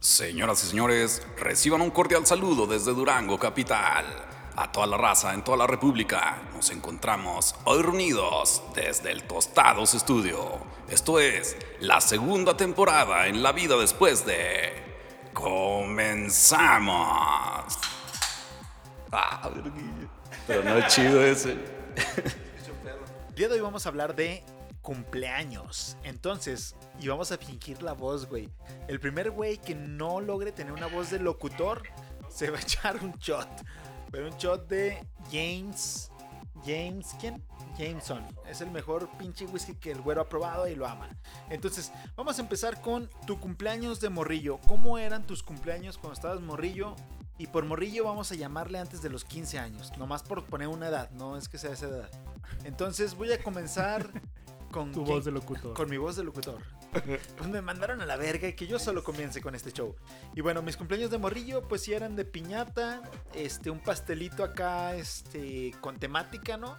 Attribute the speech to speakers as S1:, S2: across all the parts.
S1: Señoras y señores, reciban un cordial saludo desde Durango, capital. A toda la raza en toda la República, nos encontramos hoy reunidos desde el Tostados Estudio. Esto es la segunda temporada en La Vida Después de... ¡Comenzamos! Ah, verguilla. Pero no es chido ese.
S2: El día de hoy vamos a hablar de cumpleaños. Entonces, y vamos a fingir la voz, güey. El primer güey que no logre tener una voz de locutor se va a echar un shot. Pero un shot de James. James, ¿quién? Jameson. Es el mejor pinche whisky que el güero ha probado y lo ama. Entonces, vamos a empezar con tu cumpleaños de morrillo. ¿Cómo eran tus cumpleaños cuando estabas morrillo? Y por morrillo vamos a llamarle antes de los 15 años. Nomás por poner una edad, no es que sea esa edad. Entonces voy a comenzar con
S3: Tu
S2: Jam-
S3: voz de locutor.
S2: con mi voz de locutor. Pues me mandaron a la verga y que yo solo comience con este show. Y bueno, mis cumpleaños de morrillo, pues sí eran de piñata, este, un pastelito acá, este, con temática, ¿no?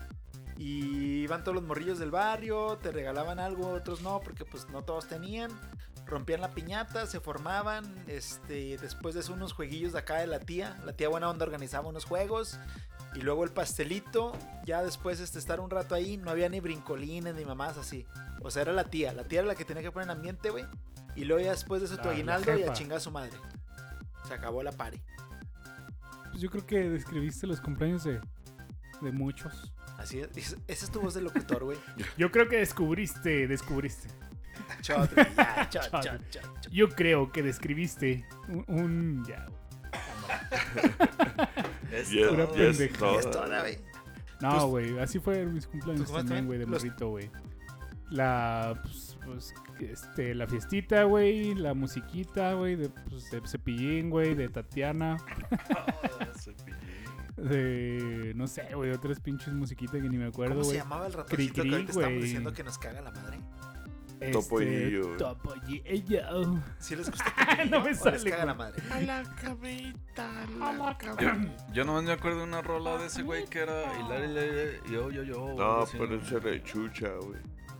S2: Y iban todos los morrillos del barrio, te regalaban algo, otros no, porque pues no todos tenían. Rompían la piñata, se formaban, este, después de eso unos jueguillos de acá de la tía. La tía buena onda organizaba unos juegos y luego el pastelito. Ya después este, estar un rato ahí, no había ni brincolines ni mamás así. O sea, era la tía. La tía era la que tenía que poner en ambiente, güey. Y luego ya después de eso tu
S3: La- la
S2: aguinaldo y a
S3: jefa.
S2: chingar a su madre. Se acabó la pari.
S3: Pues yo creo que describiste los cumpleaños de, de muchos.
S2: Así es. Esa es tu voz de locutor, güey.
S4: Yo creo que descubriste, descubriste.
S2: Chot, güey, ya, chot,
S4: Chot.
S2: chot, chot, chot.
S4: Yo creo que describiste un, un- ya.
S3: todo. Pura pendeja.
S2: Ya es toda, güey.
S3: No,
S2: Tus-
S3: güey, así fueron mis cumpleaños
S2: ¿Tus cumpleaños
S3: también, güey, de
S2: los-
S3: morrito, güey. La pues, pues, este la fiestita, güey, la musiquita, güey, de, pues, de Cepillín, güey, de Tatiana, de no sé, güey, otras pinches musiquitas que ni me acuerdo,
S2: ¿Cómo se
S3: güey.
S2: llamaba el ratoncito
S3: Cri-cri,
S2: que ahorita estamos
S3: güey.
S2: diciendo que nos caga la madre?
S3: Este,
S5: Topollillo, güey.
S3: Topollillo.
S2: ¿Sí les gusta que
S3: Ah, No me
S2: les
S3: sale,
S2: caga
S3: güey.
S2: la madre?
S6: Yo nomás me acuerdo de una rola de ese güey que era hilar, hilar, hilar, yo, yo, yo.
S5: No,
S6: así,
S5: pero ese rechucha, güey.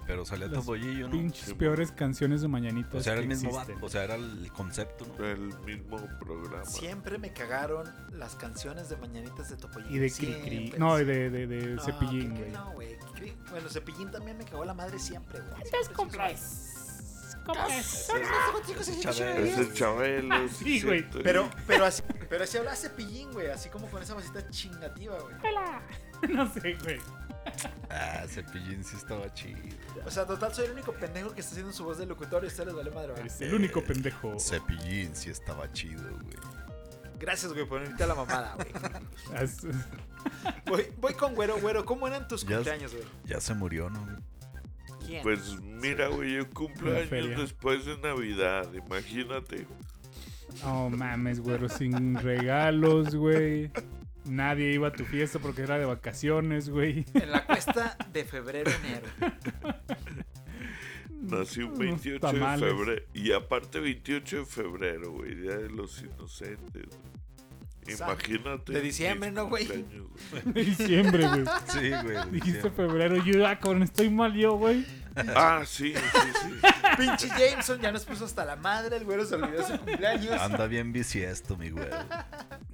S6: Pero salía
S3: Las
S6: Topollillo, ¿no?
S3: Pinches
S5: Sí,
S3: peores canciones de mañanitas.
S6: O sea, era
S3: que
S6: el mismo
S3: existen.
S6: vato, o sea, era el concepto, ¿no?
S5: El mismo programa.
S2: Siempre me cagaron las canciones de Mañanitas de Topollillo.
S3: Y de
S2: Siempre,
S3: Cricri. No,
S2: sí.
S3: de, de, de
S2: No,
S3: Cepillín,
S2: Cricri
S3: güey.
S2: No, güey. Cricri- Bueno, Cepillín también me cagó la madre siempre, güey.
S5: Es el Chabelo.
S3: Sí, güey,
S5: cierto,
S2: Pero, pero así, pero así hablaba Cepillín, güey. Así como con esa vasita chingativa, güey.
S3: no sé, güey.
S6: Ah, Cepillín sí estaba chido.
S2: O sea, total, soy el único pendejo que está haciendo su voz de locutor y a ustedes les vale madre, güey.
S3: Eres el único pendejo.
S6: Cepillín sí estaba chido, güey.
S2: Gracias, güey, por invitar a la mamada, güey.
S3: Haz-
S2: Voy, voy con güero, güero. ¿Cómo eran tus
S6: Ya-
S2: cumpleaños, güey?
S6: Ya se murió, ¿no? güey?
S2: ¿Quién?
S5: Pues mira, güey, yo cumplo
S3: Una
S5: años
S3: feria.
S5: después de Navidad, imagínate.
S3: No mames, güero, sin regalos, güey. Nadie iba a tu fiesta porque era de vacaciones, güey.
S2: En la cuesta de febrero, enero.
S5: Nací un
S3: Unos
S5: 28 de
S3: tamales.
S5: febrero. Y aparte 28 de febrero, güey, Día de los Inocentes. güey.
S2: Santo.
S5: Imagínate.
S2: De diciembre,
S5: mis
S2: ¿no, güey?
S5: cumpleaños, güey.
S3: De diciembre, güey.
S6: Sí, güey.
S3: Dijiste febrero, yo, ah, cabrón, estoy mal yo, güey.
S5: Ah, sí, sí, sí.
S2: Pinche Jameson ya nos puso hasta la madre. El güero se olvidó de su cumpleaños.
S6: Anda bien bisiesto, mi güey.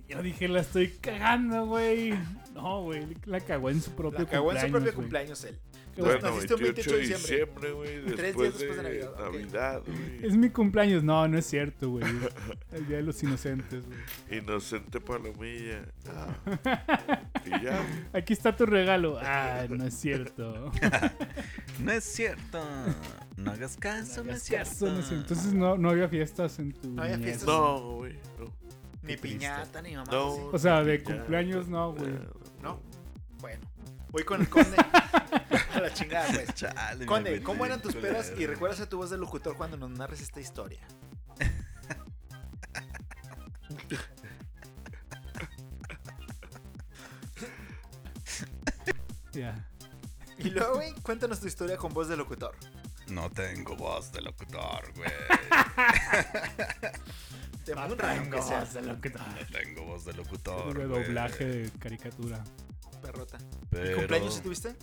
S3: Yo dije, la estoy cagando, güey. No, güey, la cagó en su propio
S2: La cagó en su propio
S3: güey.
S2: cumpleaños él.
S3: Qué
S2: Entonces,
S5: Bueno,
S2: naciste un
S5: 28
S2: 28
S5: de
S2: de
S5: diciembre, güey,
S2: días
S5: después
S2: después de
S5: de
S2: Navidad, ok.
S5: Navidad, güey.
S3: Es mi cumpleaños. No, no es cierto, güey. El día de los inocentes, güey.
S5: Inocente Palomilla. Ah. y ya, güey.
S3: Aquí está tu regalo. Ah, no es cierto.
S6: No es cierto. No hagas caso, no es cierto.
S3: Eso no es cierto. Entonces no, no había fiestas en tu.
S2: No había
S3: niñez.
S2: fiestas.
S5: No, güey. No.
S2: Ni
S6: Qué triste.
S2: piñata, ni mamá.
S5: No.
S2: así.
S3: O sea, de
S5: Ya,
S3: cumpleaños no, güey.
S5: nada.
S2: No. Bueno, voy con el conde. A la chingada, pues.
S6: Chale, me
S2: Conde,
S6: metí
S2: ¿cómo eran tus
S6: culero.
S2: pedas? Y recuerdas a tu voz de locutor cuando nos narres esta historia.
S3: Ya.
S2: Y luego, güey, cuéntanos tu historia con voz de locutor.
S6: No tengo voz de locutor, güey.
S2: Te mando un rayo que seas de la
S6: No tengo voz de
S3: Es
S6: locutor.
S3: de
S6: güey.
S3: doblaje de caricatura.
S2: perrota. ¿Y
S6: Pero...
S2: cumpleaños sí tuviste?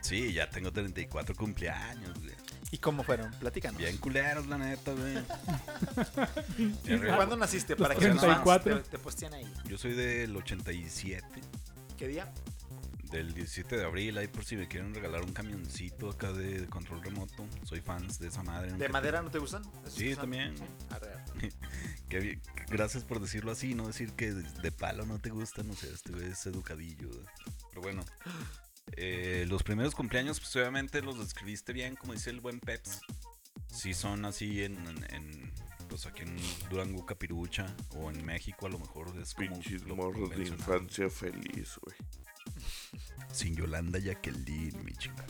S6: Sí, ya tengo 34 cumpleaños, güey.
S2: ¿Y ¿Y cómo fueron? Platícanos.
S6: Bien culeros, la neta, güey.
S2: ¿Cuándo naciste? Para
S3: Los
S2: que nada más
S3: 34.
S2: te, te postean ahí.
S6: Yo soy del 87,
S2: ¿Qué día?
S6: del 17 de abril, ahí por si me quieren regalar un camioncito acá de, de control remoto. Soy fans de esa madre.
S2: ¿De
S6: nunca-
S2: madera no te gustan? Esos que
S6: Sí,
S2: usan-
S6: también.
S2: Arre, arre.
S6: Qué bien. Gracias por decirlo así, no decir que de de palo no te gusta, no sé, este güey es educadillo. güey. Pero bueno, eh, los primeros cumpleaños, pues obviamente los describiste bien, como dice el buen Peps. Sí son así en, en- en, pues aquí en Durango, Capirucha, o en México a lo mejor es como
S5: Pinches
S6: lo
S5: morros de
S6: convencional.
S5: infancia feliz, güey.
S6: Sin Yolanda Jacqueline, mi chica.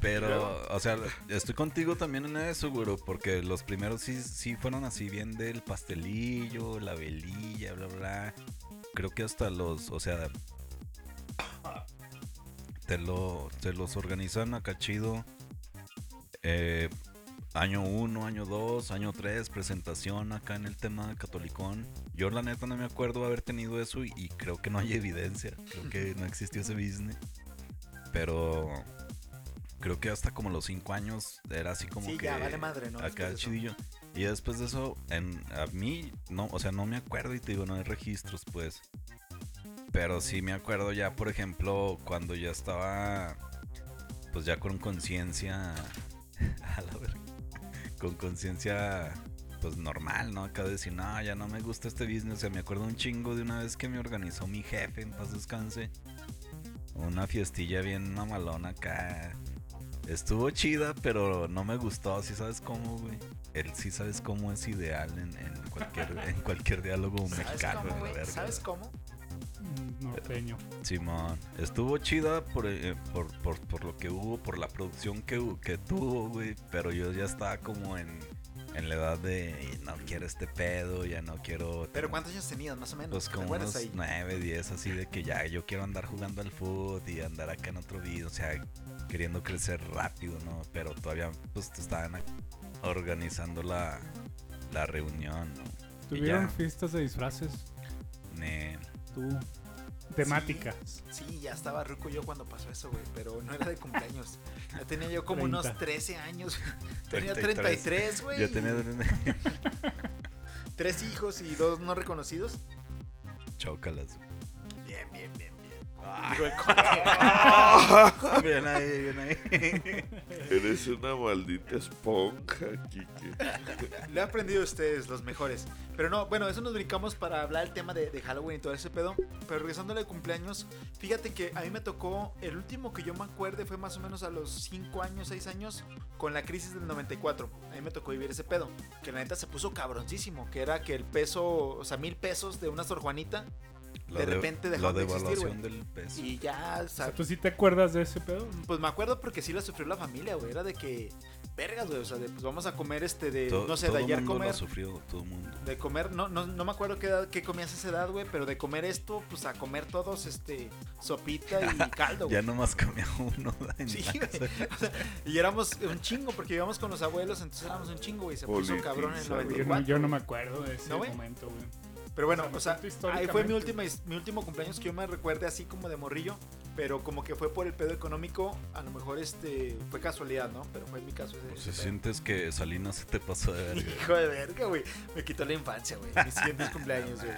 S6: Pero, o sea, estoy contigo también en eso, güero, porque los primeros sí, sí fueron así bien del pastelillo, la velilla, bla, bla. Creo que hasta los, o sea, te, lo, te los organizan acá chido. Eh, año 1, año 2, año 3, presentación acá en el tema catolicón. Yo la neta no me acuerdo haber tenido eso y, y creo que no hay evidencia. Creo que no existió ese business. Pero creo que hasta como los 5 años era así como
S2: Sí,
S6: que
S2: ya, vale madre, ¿no? Después
S6: acá
S2: de eso.
S6: chidillo. Y ya después de eso, en, a mí, no, o sea, no me acuerdo y te digo, no hay registros, pues. Pero sí me acuerdo ya, por ejemplo, cuando ya estaba, pues ya con conciencia, a la verga, con conciencia, pues normal, ¿no? Acá de decir, no, ya no me gusta este business. O sea, me acuerdo un chingo de una vez que me organizó mi jefe, en paz descanse, una fiestilla bien mamalona acá. Estuvo chida, pero no me gustó, si sabes cómo, güey. Él sí sabes cómo es ideal en, en cualquier, en cualquier diálogo
S2: ¿Sabes
S6: mexicano.
S2: cómo,
S6: la
S2: güey?
S6: verga.
S2: ¿Sabes cómo?
S3: Mm, Norteño.
S6: Simón, estuvo chida por, eh, por, por- por lo que hubo, por la producción que, hu- que tuvo, güey. Pero yo ya estaba como en, en la edad de "Y no quiero este pedo, ya no quiero.
S2: ¿Pero
S6: tener-
S2: cuántos años tenías, más o menos?
S6: Pues
S2: ¿Te
S6: como
S2: acuerdas
S6: unos 9, 10, así de que ya yo quiero andar jugando al fútbol y andar acá en otro video, o sea, queriendo crecer rápido, ¿no? Pero todavía, pues te estaban organizando la, la reunión, ¿no?
S3: Tuvieron
S6: ya.
S3: fiestas de disfraces.
S6: Nel.
S3: Tú. Temática.
S2: Sí, ya estaba ruco yo cuando pasó eso, güey, pero no era de cumpleaños. Ya tenía yo como unos
S3: 30.
S2: 13 años. Tenía
S6: 33,
S2: 33, güey.
S6: Yo tenía
S2: tres hijos y dos no reconocidos.
S6: chócalas.
S2: Bien, bien, bien, bien.
S6: Bien ahí, bien ahí.
S5: Eres una maldita esponja, Kike.
S2: Lo he aprendido de ustedes, los mejores. Pero no, bueno, eso nos brincamos para hablar el tema de, de Halloween y todo ese pedo. Pero regresándole de cumpleaños, fíjate que a mí me tocó, el último que yo me acuerde fue más o menos a los 5 años, 6 años, con la crisis del 94. A mí me tocó vivir ese pedo. Que la neta se puso cabroncísimo, que era que el peso, o sea, mil pesos de una Sor Juanita
S6: La
S2: De repente
S6: la
S2: dejó de existir,
S6: devaluación del peso.
S2: y ya, o sea,
S3: ¿Tú sí te acuerdas de ese pedo?
S2: Pues me acuerdo porque sí la sufrió la familia, güey. Era de que, vergas, güey. O sea, de, pues vamos a comer este de,
S6: To-
S2: no sé, de
S6: todo
S2: ayer
S6: mundo lo
S2: comer.
S6: sufrió, todo mundo.
S2: De comer, no, no, no me acuerdo qué edad, qué comías a esa edad, güey, pero de comer esto, pues a comer todos, este, sopita y caldo,
S6: Ya
S2: güey.
S6: nomás comía uno en
S2: Sí,
S6: la
S2: güey.
S6: casa.
S2: O sea, y éramos un chingo, porque íbamos con los abuelos, entonces éramos un chingo, güey. Se puso cabrón en el
S5: Politizado.
S3: Yo no,
S2: 94.
S3: yo no me acuerdo de ese
S2: ¿No, güey?
S3: momento, güey.
S2: Pero bueno,
S3: O sea, me
S2: o sea,
S3: siento
S2: ahí fue mi,
S3: históricamente.
S2: última, mi último cumpleaños que yo me recuerde así como de morrillo, pero como que fue por el pedo económico, a lo mejor este fue casualidad, ¿no? Pero fue en mi caso. ese-
S6: Pues
S2: ese
S6: si
S2: pedo.
S6: sientes que Salinas se te pasó de verga.
S2: Hijo de verga, güey. Me quitó la infancia, güey. Mis siguientes cumpleaños, güey.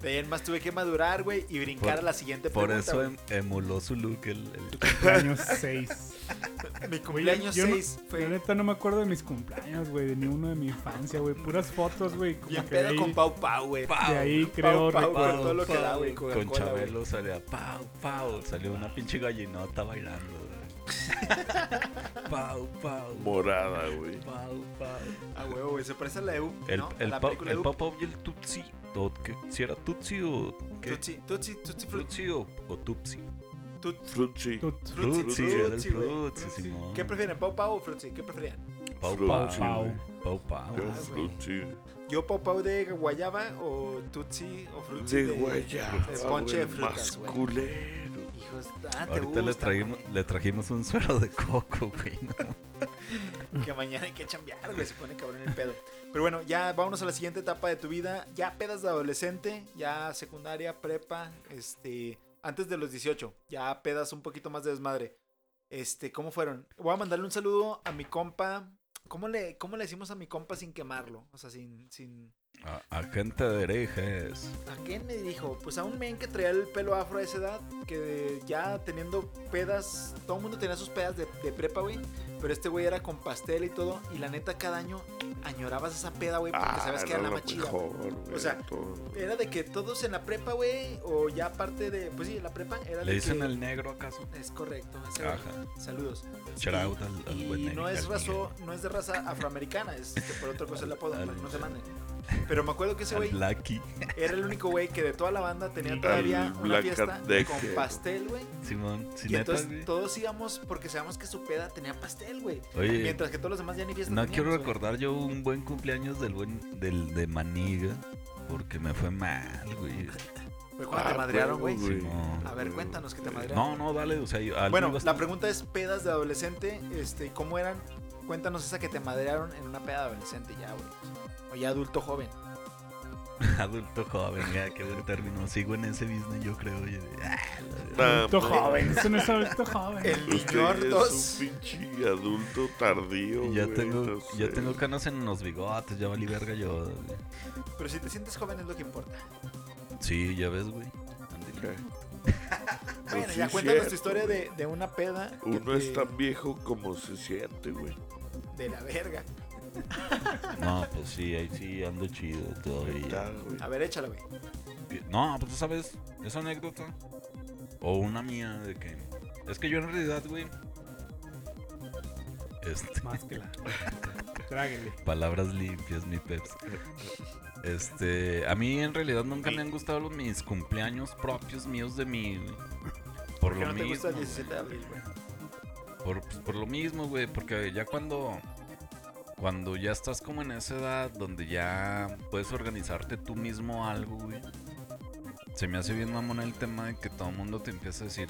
S2: De ahí en más tuve que madurar, güey, y brincar
S6: Por-
S2: a la siguiente
S6: Por
S2: pregunta.
S6: eso
S2: güey.
S6: em- emuló su look el, el-
S3: Cumpleaños 6.
S2: Mi cumpleaños 6
S3: La
S2: fue
S3: neta no me acuerdo de mis cumpleaños, güey. De ni uno de mi infancia, güey. Puras fotos, güey. Como
S2: bien
S3: que de
S2: pedo
S3: ahí,
S2: con Pau Pau, güey.
S3: de ahí creo
S2: Pau,
S3: recuerdo.
S2: todo lo que da, güey,
S6: con
S2: Coca-Cola, güey.
S6: Chabelo salía pau pau, salió una pinche gallinota bailando. güey. pau pau.
S5: Morada, güey.
S6: Pau pau.
S2: Ah, güey, güey. Se parece a la EU,
S6: El,
S2: ¿no?
S6: el,
S2: a la
S6: pau-
S2: película
S6: el
S2: EU.
S6: Pau Pau y el Tutsi. o qué? ¿Si era Tutsi o qué?
S2: Tutsi, Tutsi, Tutsi, Fruit.
S6: ¿Tutsi o, o Tupsi?
S2: Tut-
S5: Fruchi.
S3: Tut.
S2: Frutsi,
S6: Frutsi, era el
S2: Frutsi, güey.
S6: Frutsi, Simón.
S2: ¿Qué prefieren, Pau Pau o Frutsi? ¿Qué preferían?
S6: Pau
S5: Frutsi,
S6: Pau.
S3: Pau.
S6: Pau Pau.
S5: Yo,
S2: Ah, güey.
S5: Fruchi.
S2: ¿Yo Pau Pau de guayaba o Tutsi o Frutsi?
S5: De guayaba,
S2: de ponche de
S5: güey,
S2: frutas,
S5: Más
S2: güey.
S5: culero.
S2: Hijos, ah, te
S6: Ahorita le
S2: gusta,
S6: trajimos,
S2: güey.
S6: le trajimos un suero de coco, güey. ¿no?
S2: Que mañana hay que chambear, güey. Se pone cabrón el pedo. Pero bueno, ya vámonos a la siguiente etapa de tu vida. Ya pedas de adolescente, ya secundaria, prepa, este. Antes de los 18, ya pedas un poquito más de desmadre. Este, ¿cómo fueron? Voy a mandarle un saludo a mi compa. ¿Cómo le, cómo le decimos a mi compa sin quemarlo? O sea, sin, sin,
S6: A, a gente de herejes.
S2: ¿A quién me dijo? Pues a un men que traía el pelo afro a esa edad, que ya teniendo pedas, todo el mundo tenía sus pedas de, de prepa, güey. Pero este güey era con pastel y todo. Y la neta, cada año añorabas esa peda, güey,
S5: Ah,
S2: porque sabes que era la más chida. O sea, Era de que todos en la prepa, güey, o ya aparte de. Pues sí, en la prepa era
S6: ¿Le
S2: de
S6: dicen
S2: que-
S6: al negro acaso?
S2: Es correcto, ese güey.
S6: Ajá.
S2: Saludos.
S6: Shout out al, al
S2: Y
S6: buen negro.
S2: no es,
S6: Carlos
S2: razo,
S6: Miguel.
S2: no es de raza afroamericana, es este, por otra cosa el apodo,
S6: Al-
S2: no se manden. Pero me acuerdo que ese
S6: Al
S2: güey
S6: Blacky.
S2: era el único güey que de toda la banda tenía
S5: Al
S2: todavía una
S5: Black
S2: fiesta
S5: Cat Decker.
S2: con pastel, güey.
S6: Simón, si
S2: Y
S6: neta,
S2: entonces
S6: güey.
S2: todos íbamos porque sabíamos que su peda tenía pastel, güey.
S6: Oye,
S2: Mientras que todos los demás ya ni fiesta
S6: No
S2: teníamos,
S6: quiero
S2: güey.
S6: recordar yo un buen cumpleaños del buen del de Maniga porque me fue mal, güey.
S2: Fue cuando
S5: Ah,
S2: te madrearon, güey.
S6: Simón.
S2: A ver, cuéntanos que te madrearon.
S6: Ah, No, no, dale, o sea, yo- algo
S2: bueno,
S6: iba a
S2: la
S6: estar-
S2: pregunta es pedas de adolescente, este, ¿cómo eran? Cuéntanos esa que te madrearon en una peda de adolescente ya, güey. O ya adulto joven.
S6: adulto joven, ya qué buen término. Sigo en ese business, yo creo. oye. Ah, la-
S3: Adulto joven, eso no es adulto joven.
S2: El niño
S5: Usted es
S2: Hortos.
S5: un pinche adulto tardío.
S6: ya
S5: güey,
S6: tengo,
S5: no
S6: ya
S5: sé.
S6: tengo canas en los bigotes, ya valí verga yo. güey.
S2: Pero si te sientes joven es lo que importa.
S6: Sí, ya ves, güey. Ándale.
S5: Ok.
S6: Pues
S5: Pues
S2: Bueno,
S5: sí
S2: ya
S5: es
S2: cuéntanos tu
S5: cierto,
S2: historia
S5: güey.
S2: de, de una peda. que
S5: Uno
S2: te-
S5: es tan viejo como se siente, güey.
S2: De la verga.
S6: No, pues sí, ahí sí ando chido todavía.
S5: Está, güey.
S2: A ver, échala, güey.
S6: No, pues tú sabes, esa anécdota. O una mía de que. Es que yo en realidad, güey. Este,
S3: Más que la. Tráguenle.
S6: palabras limpias, mi peps. Este. A mí en realidad nunca me han gustado los, mis cumpleaños propios míos de mí, güey. Por
S2: ¿Por qué
S6: lo
S2: no te gusta
S6: mismo.
S2: el 17 de
S6: güey.
S2: abril, güey?
S6: Por, pues, por lo mismo, güey. Porque ya cuando. Cuando ya estás como en esa edad donde ya puedes organizarte tú mismo algo, güey. Se me hace bien mamón el tema de que todo el mundo te empieza a decir,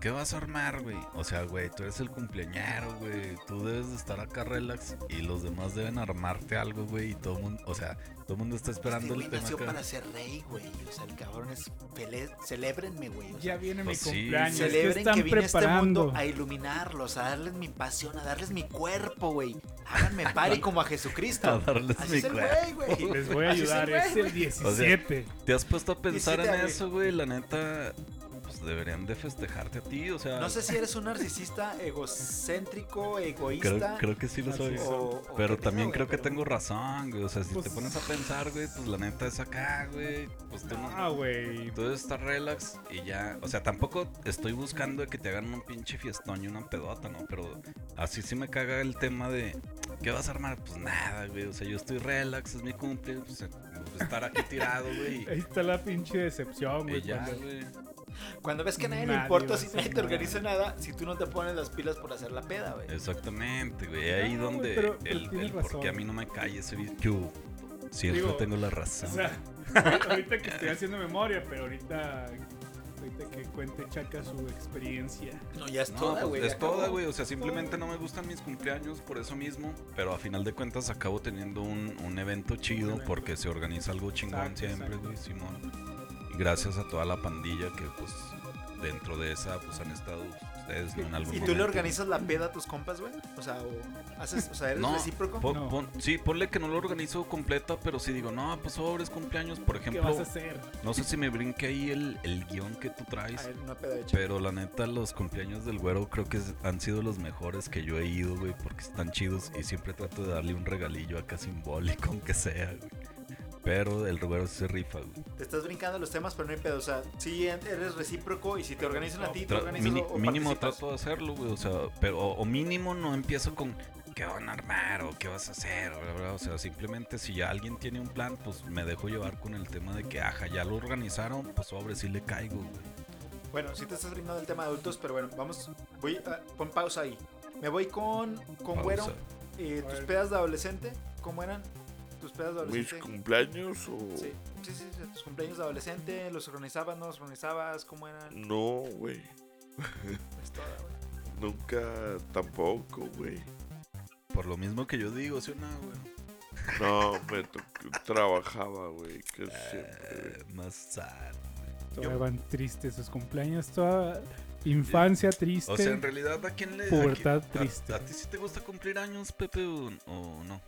S6: ¿qué vas a armar, güey? O sea, güey, tú eres el cumpleañero, güey. Tú debes de estar acá relax y los demás deben armarte algo, güey. Y todo el mundo, o sea, todo el mundo está
S2: Este
S6: esperando
S2: güey
S6: el tema.
S2: nació
S6: acá.
S2: para ser rey, güey. O sea, el cabrón es. pele- Celébrenme, güey. O sea,
S3: Ya viene
S6: Pues
S3: mi
S6: sí.
S3: cumpleaños. ¿Qué
S2: Celebren
S3: están
S2: que vine a este
S3: preparando?
S2: mundo a iluminarlos, a darles mi pasión, a darles mi cuerpo, güey. Háganme pari como a
S6: A
S2: Jesucristo.
S6: darles
S2: Así
S6: mi
S2: es el
S6: cuerpo.
S2: güey, güey.
S3: Les voy a
S2: Así es el
S3: ayudar,
S2: güey,
S3: es
S2: güey.
S3: el 17.
S6: ¿Te has puesto a pensar en
S2: Visita, güey.
S6: eso, güey? La neta, pues deberían de festejarte a ti, o sea.
S2: No sé si eres un narcisista egocéntrico,
S6: Creo,
S2: egoísta.
S6: creo que sí lo soy.
S2: o- o
S6: Pero
S2: qué
S6: también
S2: pedo,
S6: creo que
S2: güey,
S6: tengo razón, güey. O sea, si te
S3: Pues-
S6: pones a pensar, güey, pues la neta es acá, güey. Pues tú no.
S3: Ah, güey.
S6: Tú estás relax y ya. O sea, tampoco estoy buscando de que te hagan un pinche fiestón y una pedota, ¿no? Pero así sí me caga el tema de. ¿Qué vas a armar? Pues nada, güey. O sea, yo estoy relax, es mi cumple. Pues, eh, estar aquí tirado, güey.
S3: Ahí está la pinche decepción,
S6: Y
S3: güey.
S6: ya,
S3: cuando-
S6: güey.
S2: Cuando ves que a nadie le
S3: Nadie va
S2: importa
S3: a
S2: si
S3: hacer
S2: nadie te
S3: nada.
S2: organiza nada, si tú no te pones las pilas por hacer la peda, güey.
S6: Exactamente, güey. Ahí
S3: No, güey,
S6: donde
S3: Ah, pero- pero
S6: el,
S3: tienes
S6: el por qué
S3: razón.
S6: a mí no me cae ese bicho. Yo siempre
S3: Digo,
S6: tengo la
S3: O
S6: razón.
S3: sea, ahorita- ahorita que estoy haciendo memoria, pero ahorita, ahorita que cuente Chaca su experiencia.
S2: No, ya es
S6: No,
S2: toda,
S6: pues,
S2: güey.
S6: es
S2: acabó.
S6: toda, güey. O sea, simplemente no me gustan mis cumpleaños por eso mismo. Pero a final de cuentas acabo teniendo un, un evento chido
S3: evento.
S6: porque se organiza algo chingón
S3: Exacto,
S6: siempre,
S3: exacto.
S6: güey, Simón. Y gracias a toda la pandilla que, pues, dentro de esa, pues han estado ustedes, ¿no? En algún
S2: ¿Y tú
S6: momento,
S2: le organizas la peda a tus compas, güey? O sea, o haces, o sea, eres
S6: No,
S2: recíproco.
S6: Pon-
S3: No.
S6: pon- sí, ponle que no lo organizo completa, pero sí digo, no, pues sobres cumpleaños, por
S3: ¿Qué
S6: ejemplo.
S3: vas a hacer?
S6: No sé si me brinque ahí el, el guión que tú
S2: A
S6: traes.
S2: ver, una peda de
S6: Pero la neta, los cumpleaños del güero creo que es- han sido los mejores que yo he ido, güey, porque están chidos y siempre trato de darle un regalillo acá simbólico, aunque sea, güey. Pero el güero sí se rifa, güey.
S2: Te estás brincando los temas, pero no hay pedo. O sea, sí eres recíproco y si te organizan a ti, te
S6: Tra-
S2: organizas
S6: mini-
S2: o, o
S6: mínimo
S2: participas.
S6: trato de hacerlo, güey, o sea, pero, o, o mínimo no empiezo con qué van a armar o qué vas a hacer, o, bla, bla, o sea, simplemente si ya alguien tiene un plan, pues me dejo llevar con el tema de que, ajá, ya lo organizaron, pues sobre, sí le caigo, güey.
S2: Bueno, sí te estás brincando el tema de adultos, pero bueno, vamos. Voy, a- pon pausa ahí. Me voy con, con güero.
S6: Pausa.
S2: Eh,
S3: A
S2: ¿Tus
S3: ver.
S2: pedas de adolescente? ¿Cómo eran? ¿Tus pedas de
S5: ¿Mis
S2: adolescente?
S5: cumpleaños o.?
S2: Sí, sí, sí, sí, tus cumpleaños de adolescente, los organizabas, no los organizabas, ¿cómo
S6: Mm.
S2: eran?
S5: No, güey.
S2: Pues todo, güey.
S5: Nunca tampoco, güey.
S6: Por lo mismo que yo digo, ¿sí o no, güey?
S5: No, me to- trabajaba, güey. Que siempre.
S6: Eh, más sad.
S3: Todavía van tristes sus cumpleaños. Toda... Infancia triste.
S6: O sea, en realidad, ¿a quién le.? a quién-
S3: Pubertad
S6: a-
S3: triste.
S6: ¿A, ti sí te gusta cumplir años, Pepe, o, o no?
S3: O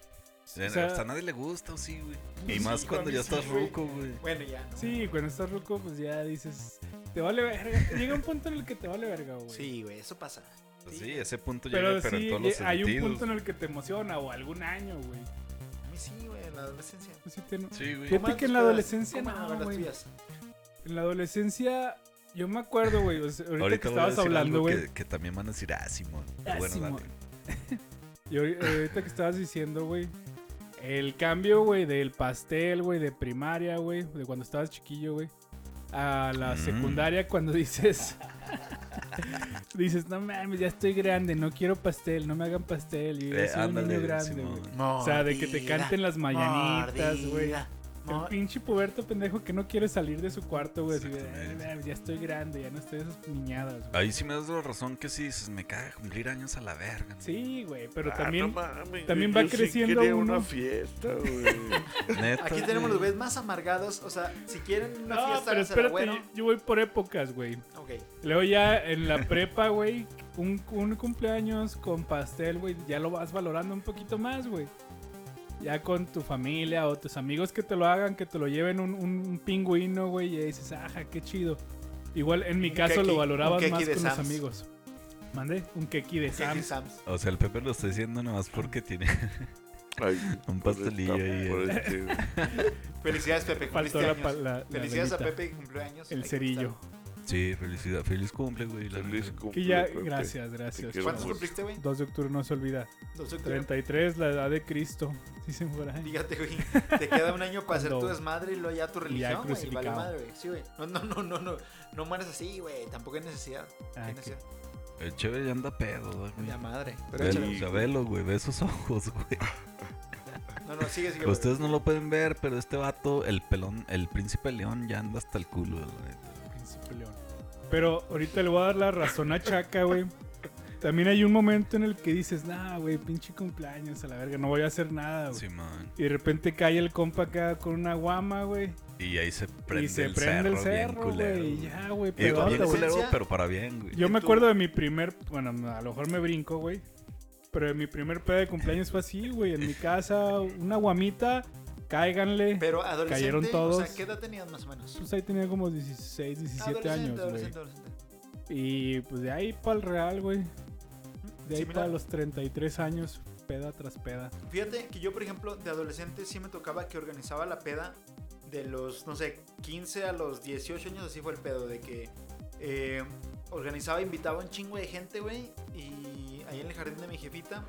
S3: sea-
S6: Hasta a nadie le gusta, o sí, güey. Y
S2: sí,
S6: más
S2: a
S6: cuando
S2: mí
S6: ya
S2: sí,
S6: estás
S2: güey.
S6: ruco, güey.
S2: Bueno, ya. ¿no?
S3: Sí, cuando estás ruco, pues ya dices. Te vale verga. Llega un punto en el que te vale verga, güey.
S2: Sí, güey, eso pasa.
S6: Pues sí, ese punto llega,
S3: Pero
S6: pero,
S3: sí,
S6: en todos los
S3: lle- hay un
S6: sentidos.
S3: punto en el que te emociona o algún año, güey.
S2: A mí sí, güey, en la adolescencia.
S3: Así te eno-
S6: Sí, güey.
S3: Fíjate
S2: ¿Cómo
S3: que en
S2: eran
S3: la
S2: tus-
S3: adolescencia
S2: cómo eran
S3: no,
S2: las
S3: güey.
S2: tuyas?
S3: En la adolescencia, yo me acuerdo, güey. o sea, ahorita, que
S6: voy a
S3: estabas
S6: decir
S3: hablando,
S6: algo
S3: güey.
S6: Que, que también van a decir, ah, Simón. Pero
S3: Ah,
S6: bueno,
S3: Simón.
S6: dale.
S3: Y ahori- eh, ahorita que estabas diciendo, güey. El cambio, güey, del pastel, güey, de primaria, güey, de cuando estabas chiquillo, güey, a la
S6: Mm.
S3: secundaria cuando dices, dices, no mames, ya estoy grande, no quiero pastel, no me hagan pastel, yo ya
S6: Eh,
S3: soy un
S6: ándale,
S3: niño grande,
S6: Simón.
S3: güey. O sea, de que te
S2: Mordida,
S3: canten las mañanitas, güey.
S2: mordida,
S3: El
S2: mor-
S3: pinche puberto pendejo que no quiere salir de su cuarto, güey. así de,
S6: Exactamente. Ah.
S3: "Ay, mames, ya estoy grande, ya no estoy de esas niñadas, güey.
S6: Ahí sí me das la razón que sí dices, me caga cumplir años a la verga. ¿no?
S3: Sí, güey, pero
S5: Ah,
S3: también.
S5: no mames,
S3: también
S5: güey,
S3: va
S5: yo sí
S3: creciendo
S5: quería
S3: uno.
S5: una fiesta, güey.
S6: Neta,
S2: Aquí tenemos
S6: güey.
S2: los güeyes más amargados. O sea, si quieren una fiesta,
S3: no, pero
S2: hágansela,
S3: espérate,
S2: bueno.
S3: yo, yo voy por épocas, güey.
S2: Ok.
S3: Luego ya en la prepa, güey, un, un cumpleaños con pastel, güey, ya lo vas valorando un poquito más, güey. Ya con tu familia o tus amigos que te lo hagan, que te lo lleven un, un- un pingüino, güey, y ahí dices, ajá, qué chido. Igual en mi
S2: Un
S3: caso
S2: keki,
S3: lo
S2: un
S3: valorabas
S2: keki
S3: más
S2: de
S3: con los
S2: Sam's.
S3: amigos. Mandé un keki de
S2: Sam.
S3: Sam's.
S2: Sam's.
S6: O sea, el Pepe lo está diciendo nomás porque tiene
S5: Ay,
S6: Un
S5: por
S6: pastelillo
S5: esta-
S6: ahí, eh.
S5: por este-
S2: Felicidades, Pepe.
S3: Faltó
S2: Cumpliste
S3: la,
S2: años.
S3: pa- la- la
S2: Felicidades a
S3: velita,
S2: Pepe que cumplió años. Hay
S3: el
S2: que
S3: cerillo.
S6: Sí, felicidad. Feliz cumple, güey. la
S5: Feliz
S6: neta.
S5: cumple,
S3: Que ya,
S5: Pepe.
S3: gracias, gracias.
S5: quiero
S2: ¿Cuántos
S5: Hermoso.
S2: cumpliste, güey?
S3: 2 de octubre no se olvida.
S2: Dos o tres.
S3: 33, la edad de Cristo. Dicen por ahí.
S2: Fíjate, güey. Te queda un año para hacer tu
S3: Cuando-
S2: desmadre y luego ya tu
S3: y ya
S2: religión, güey. y Vale
S3: crucificado.
S2: madre, güey. Sí, güey. No, no, no, no, no. No mueres así, güey. Tampoco hay necesidad.
S3: Ah,
S2: Hay
S3: qué-
S2: necesidad.
S6: El chévere ya anda pedo, güey.
S2: La madre. Pero
S6: Velo,
S2: échale.
S6: o sea, velo, güey. Ve sus ojos, güey.
S2: No, no, sigue, sigue. güey.
S6: Ustedes no lo pueden ver, pero este vato, el pelón, el príncipe león, ya anda hasta el culo, la neta.
S3: Príncipe León. Pero ahorita le voy a dar la razón a Chaca, güey. También hay un momento en el que dices, nah, güey, pinche cumpleaños, a la verga, no voy a hacer nada, güey.
S6: Simón.
S3: Y de repente cae el compa acá con una guama, güey.
S6: Y ahí se prende,
S3: Y se
S6: el,
S3: prende el
S6: cerro,
S3: cerro,
S6: bien culero.
S3: güey. y Ya, güey,
S6: Y digo,
S3: pero
S6: bien
S2: la
S6: culero,
S2: esencia-
S6: pero para bien, güey.
S3: Yo me
S2: tú-
S3: acuerdo de mi primer, bueno, a lo mejor me brinco, güey. Pero mi primer pedo de cumpleaños fue así, güey, en mi casa, una guamita, cáiganle.
S2: Pero adolescente,
S3: Cayeron
S2: o
S3: todos.
S2: sea, ¿qué edad tenías más o menos?
S3: Pues ahí tenía como 16, 17
S2: Adolescente,
S3: años, güey.
S2: adolescente, adolescente.
S3: Y pues de ahí para el Real, güey. De ahí
S2: Similar.
S3: para los 33 años, peda tras peda.
S2: Fíjate que yo, por ejemplo, de adolescente sí me tocaba que organizaba la peda de los, no sé, 15 a los 18 años, así fue el pedo, de que eh, organizaba, invitaba un chingo de gente, güey, y ahí en el jardín de mi jefita,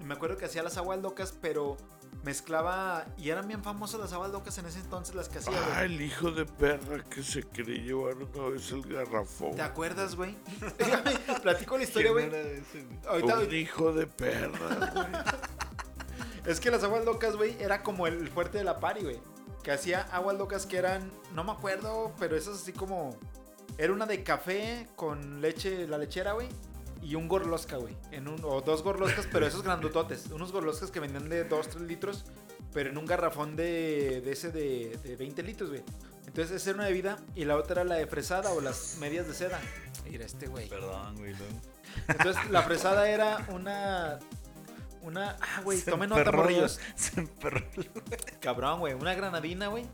S2: y me acuerdo que hacía las aguas locas, pero mezclaba, y eran bien famosas las aguas locas en ese entonces las que hacía, güey.
S5: Ah, el hijo de perra que se quería llevar una vez el garrafón.
S2: ¿Te acuerdas, güey? Déjame, platico la historia, güey. Ahorita,
S5: Un hijo de perra.
S2: Es que las aguas locas, güey, era como el fuerte de la pari, güey. Que hacía aguas locas que eran, no me acuerdo, pero esas así como... Era una de café con leche, la lechera, güey. Y un gorlosca, güey. En un, o dos gorloscas, pero esos grandototes. Unos gorloscas que vendían de 2, 3 litros, pero en un garrafón de, de ese de, de 20 litros, güey. Entonces esa era una bebida y la otra era la de fresada o las medias de seda. Mira este, güey.
S6: Perdón, güey. luego.
S2: Entonces la fresada era una... Una... Ah, güey,
S6: Se
S2: tomen nota,
S6: emperró,
S2: morrillos.
S6: Se emperró.
S2: Cabrón, güey. Una granadina, güey.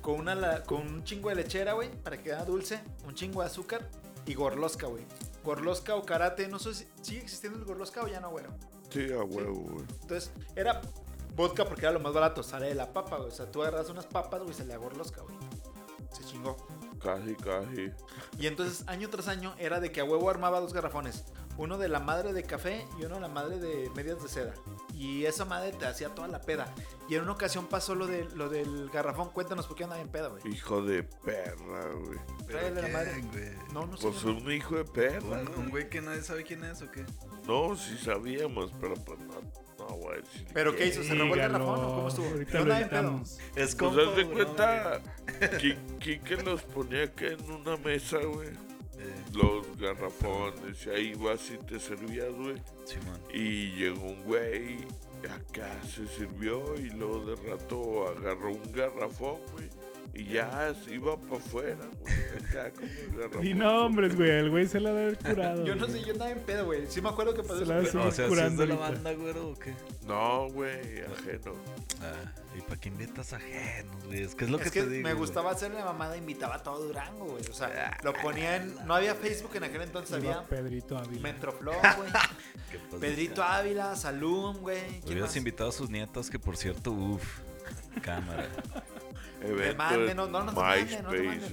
S2: Con, una, la- con un chingo de lechera, güey. Para que quedara dulce. Un chingo de azúcar. Y gorlosca, güey. Gorlosca o karate. No sé si sigue existiendo el gorlosca o ya no, güey.
S5: Sí, a huevo, güey.
S2: Entonces, era vodka porque era lo más barato. Sale de la papa, güey. O sea, tú agarras unas papas, güey. y Sale a gorlosca, güey. Se chingó.
S5: Casi, casi.
S2: Y entonces, año tras año, era de que a huevo armaba dos garrafones. Uno de la madre de café y uno de la madre de medias de seda. Y esa madre te hacía toda la peda. Y en una ocasión pasó lo, de, lo del garrafón. Cuéntanos por qué andaba en peda, güey.
S5: Hijo de perra, güey.
S2: Tráele la madre.
S6: ¿Quién, güey?
S2: No, no sé.
S5: Pues un hijo de perra.
S6: ¿Un, un
S5: güey.
S6: güey que nadie sabe quién es o qué?
S5: No, sí sabíamos, pero pues no, no voy a decir.
S2: ¿Pero qué hizo? ¿Se robó el
S3: Dígalo.
S2: garrafón o cómo estuvo?
S3: Ahorita
S2: No,
S3: lo
S2: nada de pedo.
S3: editamos.
S6: Es
S5: Pues haz de cuenta que, que- que los ponía acá en una mesa, güey.
S6: Eh,
S5: Los garrafones, y ahí vas y te servías, güey.
S6: Simón.
S5: Y llegó un güey, acá se sirvió y luego de rato agarró un garrafón, güey. Y ya se iba para afuera, güey. acá con el garrafón.
S3: Di nombres, güey. El güey se la debe haber curado.
S2: Yo no
S3: güey.
S2: sé, yo andaba en pedo, güey. Sí me acuerdo que pasó
S3: Se
S2: eso.
S3: la
S2: pero-
S6: O sea, ¿sí es
S3: curando
S6: de la
S3: ahorita.
S6: banda, güero, o qué?
S5: No, güey, ajeno.
S6: Ah, ¿Y para qué invitas ajenos, güey? Es que es lo
S2: Es
S6: que,
S2: que
S6: te digo.
S2: me
S6: güey.
S2: gustaba hacer la mamada, invitaba a todo Durango, güey. O sea, lo ponía en. No había Facebook en aquel entonces,
S3: Iba
S2: había
S3: Pedrito Ávila.
S2: Metroflow, güey.
S6: Pues ¿Qué pasa?
S2: Pedrito Ávila, Salum, güey. ¿Quién
S6: Hubieras
S2: más?
S6: invitado a sus nietas, que por cierto, uff, cámara.
S5: Evento
S2: manden,
S5: en
S2: no, no nos
S5: MySpace,
S2: manden, no nos manden.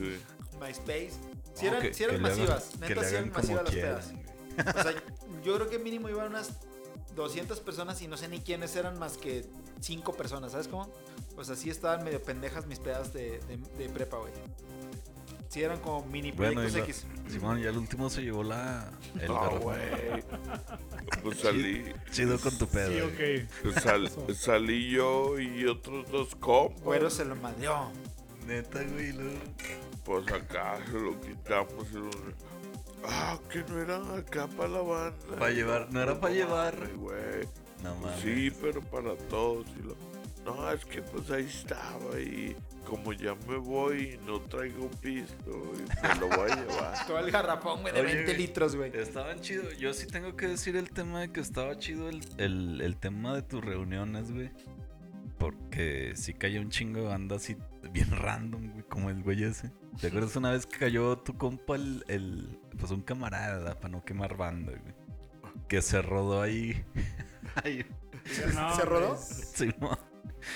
S5: güey.
S2: MySpace. Si
S6: No,
S2: eran,
S6: Oh, que-
S2: sí eran
S6: que le hagan-
S2: masivas,
S6: que
S2: neta,
S6: le
S2: sí
S6: hagan
S2: eran
S6: como
S2: masivas las
S6: quieran,
S2: pedas. O sea, yo creo que mínimo iban unas 200 personas y no sé ni quiénes eran más que 5 personas, ¿sabes cómo? O sea, sí estaban medio pendejas mis pedas de, de, de prepa, güey. Sí eran como mini
S6: Bueno,
S2: proyectos
S6: y la-
S2: X. Ah,
S6: Simón, ya el último se llevó la. El
S5: No,
S6: garrafón.
S5: güey. Pues salí, pues
S6: Chido con tu pedo.
S4: Sí,
S6: güey.
S4: ok.
S5: sal- salí yo y otros dos compas.
S2: Güero se lo madreó.
S6: Neta, güey. luego.
S5: Pues acá se lo quitamos y lo... Ah, que no era acá para la banda.
S6: Pa' llevar, no era pa' llevar.
S5: Ay, güey.
S6: No mames.
S5: Sí, pero para todos. y lo- No, es que pues ahí estaba y como ya me voy no traigo pisto y me lo voy a llevar.
S2: Todo el garrafón, güey, de
S6: Oye,
S2: 20
S6: güey.
S2: litros, güey.
S6: Estaban chido. Yo sí tengo que decir el tema de que estaba chido el, el, el tema de tus reuniones, güey. Porque sí cayó un chingo de banda así bien random, güey, como el güey ese. ¿Te acuerdas una vez que cayó tu compa el, el- pues un camarada para no quemar banda, güey? Que se rodó ahí. ahí
S3: No,
S2: ¿Se rodó?
S3: pues,
S6: Simón.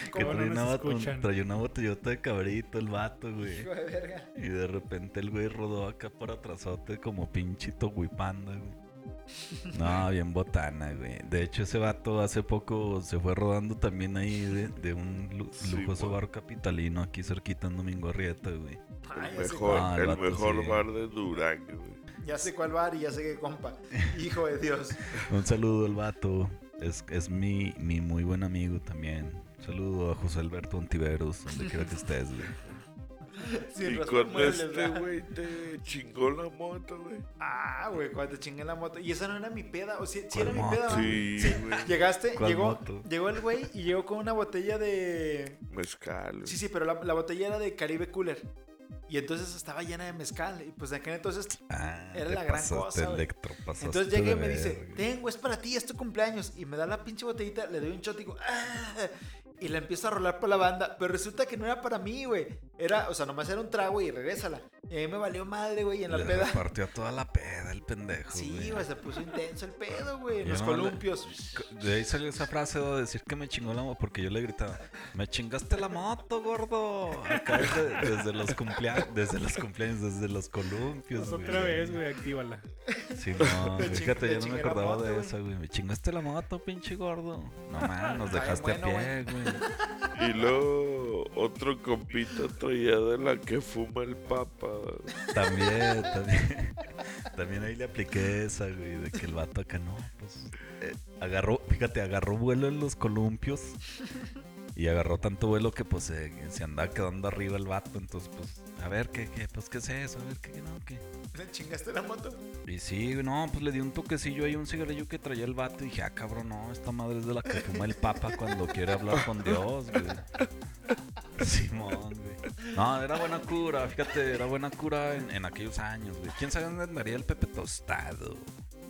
S6: Que
S3: ¿Cómo no
S6: traía,
S3: nos
S6: una, bot- un-
S3: escuchan?
S6: traía una botellota de cabrito el vato, güey.
S2: Hijo de verga.
S6: Y de repente el güey rodó acá por atrasote como pinchito panda, güey. No, bien botana, güey. De hecho, ese vato hace poco se fue rodando también ahí de, de un lu-
S5: Sí,
S6: lujoso
S5: güey.
S6: bar capitalino aquí cerquita en Domingo Arrieta, güey.
S2: Ah,
S5: El
S2: ya, sé,
S5: mejor,
S6: Ah, el
S5: el
S6: vato
S5: mejor
S6: sí.
S5: bar de Durango. güey.
S2: ya sé cuál bar y ya sé qué compa. Hijo de Dios.
S6: Un saludo al vato. Es, es mi, mi muy buen amigo también. Un saludo a José Alberto Antiveros, donde quiera que estés, güey.
S2: Sin
S5: y
S2: razón,
S5: con
S2: muebles,
S5: este
S2: ¿verdad?
S5: güey te chingó la moto, güey.
S2: Ah, güey, cuando te chingué la moto. Y esa no era mi peda. O sea, sí
S6: ¿Cuál
S2: era mi
S6: moto?
S2: peda, ¿va?
S5: Sí, güey.
S2: Llegaste,
S6: ¿Cuál
S2: llegó,
S6: moto?
S2: llegó el güey y llegó con una botella de.
S5: Mezcal. güey.
S2: Sí, sí, pero la, la botella era de Caribe Cooler. Y entonces estaba llena de mezcal. Y pues de aquel entonces.
S6: Ah,
S2: Era
S6: te
S2: la gran
S6: pasaste,
S2: cosa, güey.
S6: Electro, pasaste
S2: Entonces llegué
S6: de
S2: y me dice:
S6: verga.
S2: Tengo, es para ti, es tu cumpleaños. Y me da la pinche botellita, le doy un shot y digo: ¡Ah! Y la empiezo a rolar por la banda. Pero resulta que no era para mí, güey. Era, o sea, nomás era un trago y regrésala. Y a mí me valió madre, güey, y en la
S6: Le
S2: peda.
S6: repartió a toda la peda el pendejo,
S2: Sí, güey, se puso intenso el pedo, güey. en
S6: Yo
S2: Los
S6: no le-
S2: columpios.
S6: De ahí salió esa frase de decir que me chingó la moto, porque yo le gritaba, me chingaste la moto, gordo. Acá desde, desde los cumpleaños, desde los cumpleaños, desde los columpios.
S3: pues, otra vez, güey, actívala.
S6: Sí, no,
S2: Me ching- me
S6: fíjate, yo no
S2: chingué
S6: me
S2: la
S6: acordaba
S2: moto,
S6: de
S2: güey.
S6: eso, güey. Me chingaste la moto, pinche gordo. No mames,
S2: Está
S6: nos
S2: bien
S6: dejaste
S2: bueno,
S6: a pie, güey.
S5: Y luego otro compito traía de la que fuma el papa.
S6: También, también. También ahí le apliqué esa, güey, de que el vato acá no, pues. eh, agarró, fíjate, agarró vuelo en los columpios. Y agarró tanto vuelo que pues se, se andaba quedando arriba el vato. Entonces, pues, a ver, ¿qué, qué, pues, ¿qué es eso? A ver, ¿qué, qué no? ¿Qué?
S2: ¿Le chingaste la moto?
S6: Y sí, güey, no, pues le di un toquecillo ahí, un cigarrillo que traía el vato. Y dije, ah, cabrón, no, esta madre es de la que fuma el papa cuando quiere hablar con Dios, güey. Simón, güey. No, era buena cura, fíjate, era buena cura en, en aquellos años, güey. ¿Quién sabe dónde andaría el Pepe Tostado?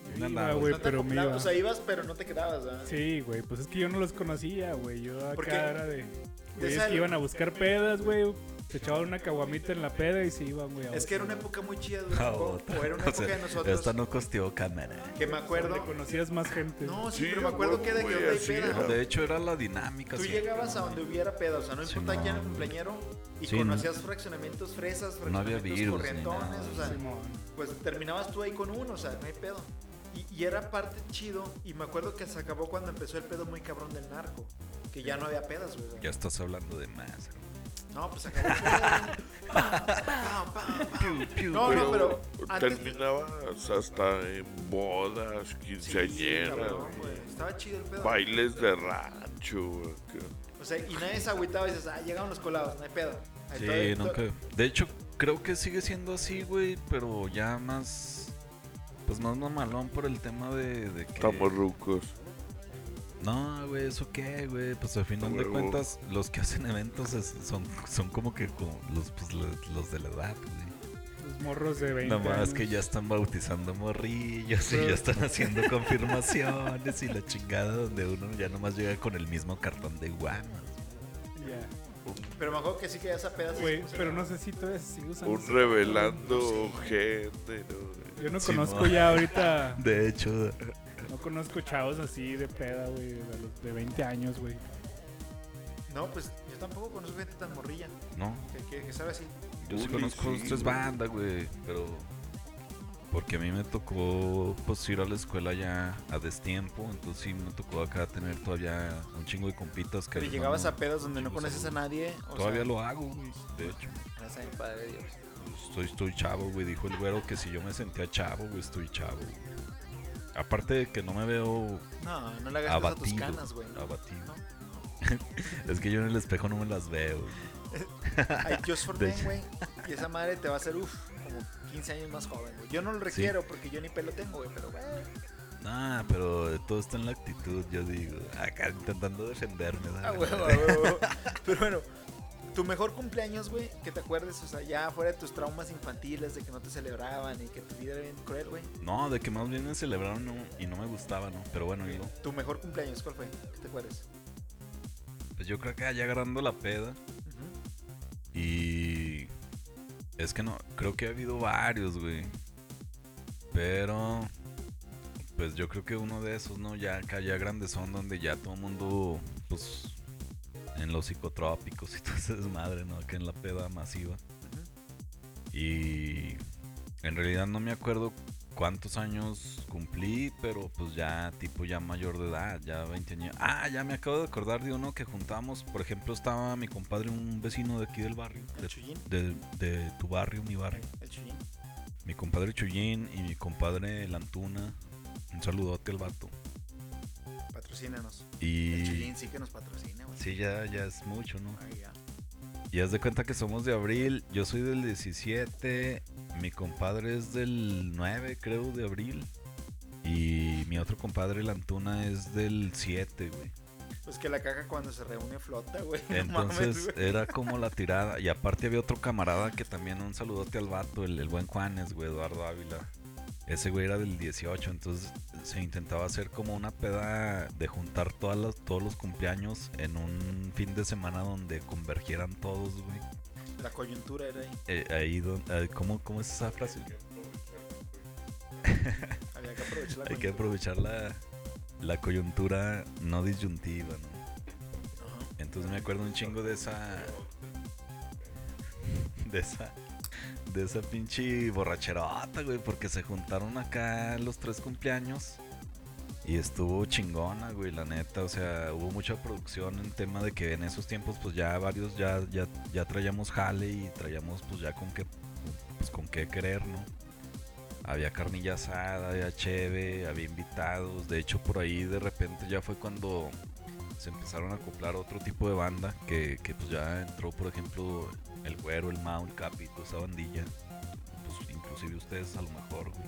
S6: ¿Dónde
S3: Iba,
S6: andaba?
S3: güey.
S2: te
S3: pero
S2: acoplabas,
S3: me iba.
S2: O sea, ibas, pero no te quedabas, ¿verdad?
S3: Sí, güey, pues es que yo no los conocía, güey. Yo acá
S2: Porque
S3: era de. güeyes
S2: esa-
S3: que iban a buscar pedas, güey. Se echaban una caguamita en la peda y se iban, güey. a
S2: Es que era una
S3: otro,
S2: época muy chida,
S6: Ah,
S2: Durango,
S6: otra.
S2: o era una
S6: O
S2: época
S6: sea,
S2: de nosotros.
S6: Esta no costeó cámara.
S2: Que me
S3: güey, donde
S2: acuerdo.
S3: conocías más gente.
S2: No, sí,
S5: Sí,
S2: pero me acuerdo
S5: güey,
S2: que era que
S5: güey,
S2: donde hay
S5: así
S2: peda.
S5: era.
S6: No, de hecho, era la dinámica.
S2: Tú
S6: siempre,
S2: llegabas a
S6: ¿no?
S2: donde hubiera peda, o sea, no
S6: Sí,
S2: importa quién era el
S6: no.
S2: cumpleaños y
S6: Sí,
S2: conocías fraccionamientos fresas,
S6: No había
S2: fraccionamientos
S6: virus ni
S2: correntones,
S6: nada,
S2: o sea,
S3: Simón.
S2: pues terminabas tú ahí con uno, o sea, no hay pedo. Y, y era parte chido, y me acuerdo que se acabó cuando empezó el pedo muy cabrón del narco, que ya no había pedas, güey. o sea.
S6: Ya estás hablando de más. hermano.
S2: No, pues se acabó el pedo. Pam, pam, pam, pam.
S6: Piu, piu,
S2: No,
S6: güey.
S2: no, pero antes-
S5: terminabas hasta en bodas, quinceañeras,
S2: cabrón,
S5: güey.
S2: güey, Estaba chido el pedo.
S5: bailes de rancho. güey, que-
S2: O sea, y nadie se agüitaba y dices, ah, llegaron los colados, no hay pedo. Ahí
S6: Sí,
S2: todavía-
S6: nunca. De hecho, creo que sigue siendo así, güey, pero ya más. Pues más mamalón por el tema de, de que.
S5: Estamos rucos.
S6: No, güey, ¿eso qué, güey? Pues al final de
S5: huevo.
S6: cuentas, los que hacen eventos es- son, son como que como los, pues, los, los de la edad, güey.
S3: Los morros de 20.
S6: Nomás
S3: años.
S6: que ya están bautizando morrillos y ya están haciendo confirmaciones y la chingada donde uno ya nomás llega con el mismo cartón de guamas.
S3: Ya.
S2: Pero me acuerdo que sí que esa peda sí
S3: Güey,
S2: se
S3: pero no sé si todavía se sigue usando.
S5: Un
S3: ese-
S5: revelando gente,
S3: Yo no
S6: Sí,
S3: conozco
S6: no.
S3: ya ahorita.
S6: De hecho,
S3: No conozco chavos así de peda, güey. De, los de 20 años, güey.
S2: No, pues yo tampoco conozco gente tan morrilla
S6: no.
S2: que, que, que sabe así.
S6: Yo sí
S5: Uy,
S6: conozco
S5: sí, güey.
S6: tres bandas, güey, pero. Porque a mí me tocó pues ir a la escuela ya a destiempo, entonces sí me tocó acá tener todavía un chingo de compitas que...
S2: Pero
S6: les
S2: llegabas
S6: mando
S2: a pedas donde no
S6: chingos
S2: conoces a
S6: saludos.
S2: nadie. O
S6: Todavía
S2: sea, Pues,
S6: lo hago, güey, de hecho.
S2: gracias a mi padre Dios.
S6: Estoy, estoy chavo, güey. Dijo el güero que si yo me sentía chavo, güey, estoy chavo. Aparte de que no me veo
S2: No, no le hagas caso a tus
S6: abatido.
S2: canas, güey. ¿no?
S6: abatido. es que yo en el espejo no me las veo. güey.
S2: Ay, Just for
S6: De
S2: Men,
S6: hecho.
S2: güey. Y esa madre te va a hacer, uff, como 15 años más joven, güey. Yo no lo requiero porque yo ni pelo tengo, güey, pero, güey.
S6: Nah, pero todo está en la actitud, yo digo. Acá intentando defenderme.
S2: Ah,
S6: dale,
S2: güey,
S6: dale.
S2: güey, güey, güey. Pero bueno, tu mejor cumpleaños, güey, que te acuerdes, o sea, ya fuera de tus traumas infantiles, de que no te celebraban y que tu vida era bien cruel, güey.
S6: No, de que más bien me celebraron ¿no? y no me gustaba, ¿no? Pero bueno, yo,
S2: Tu mejor cumpleaños, ¿cuál fue? Que te acuerdes.
S6: pues yo creo que allá agarrando la peda.
S2: Ujú.
S6: Y es que no, creo que ha habido varios, güey. Pero pues yo creo que uno de esos, ¿no? Ya acá ya grandes son donde ya todo el mundo pues en los psicotrópicos y todo ese desmadre, ¿no? Que en la peda masiva. Y en realidad no me acuerdo cuántos años cumplí, pero pues ya tipo ya mayor de edad, ya 20 años. Ah, ya me acabo de acordar de uno que juntamos, por ejemplo, estaba mi compadre, un vecino de aquí del barrio,
S2: El chullín,
S6: de, de- de tu barrio, mi barrio.
S2: el chullín.
S6: Mi compadre Chuyín y mi compadre Lantuna. Un saludote al vato.
S2: Patrocínanos. El
S6: Y
S2: chullín sí que nos patrocina, güey.
S6: sí, ya, ya es mucho, ¿no?
S2: Ay, ya.
S6: Y haz de cuenta que somos de abril, yo soy del 17, mi compadre es del 9, creo, de abril. Y mi otro compadre, la Antuna, es del 7, güey.
S2: Pues que la caja cuando se reúne flota, güey. No mames,
S6: Entonces eh.
S2: güey.
S6: era como la tirada. Y aparte había otro camarada que también un saludote al vato, el, el buen Juanes, güey, Eduardo Ávila. Ese güey era del 18, entonces se intentaba hacer como una peda de juntar todas las, todos los cumpleaños en un fin de semana donde convergieran todos, güey.
S2: La coyuntura era ahí.
S6: Eh, ahí don- eh, ¿cómo, ¿Cómo es esa frase?
S2: Había que aprovechar la
S6: Hay
S2: coyuntura.
S6: que aprovechar la, la coyuntura no disyuntiva, ¿no?
S2: Ajá.
S6: Entonces me acuerdo un chingo de esa. De esa. De esa pinche borracherota, güey, porque se juntaron acá los tres cumpleaños. Y estuvo chingona, güey, la neta. O sea, hubo mucha producción en tema de que en esos tiempos, pues ya varios ya, ya, ya traíamos jale y traíamos, pues ya con qué, pues, con qué querer, ¿no? Había carnilla asada, había cheve, había invitados. De hecho, por ahí de repente ya fue cuando se empezaron a acoplar otro tipo de banda que, que, pues ya entró, por ejemplo, el Güero, el Mau, el Capi, toda esa bandilla. Pues inclusive ustedes a lo mejor, güey.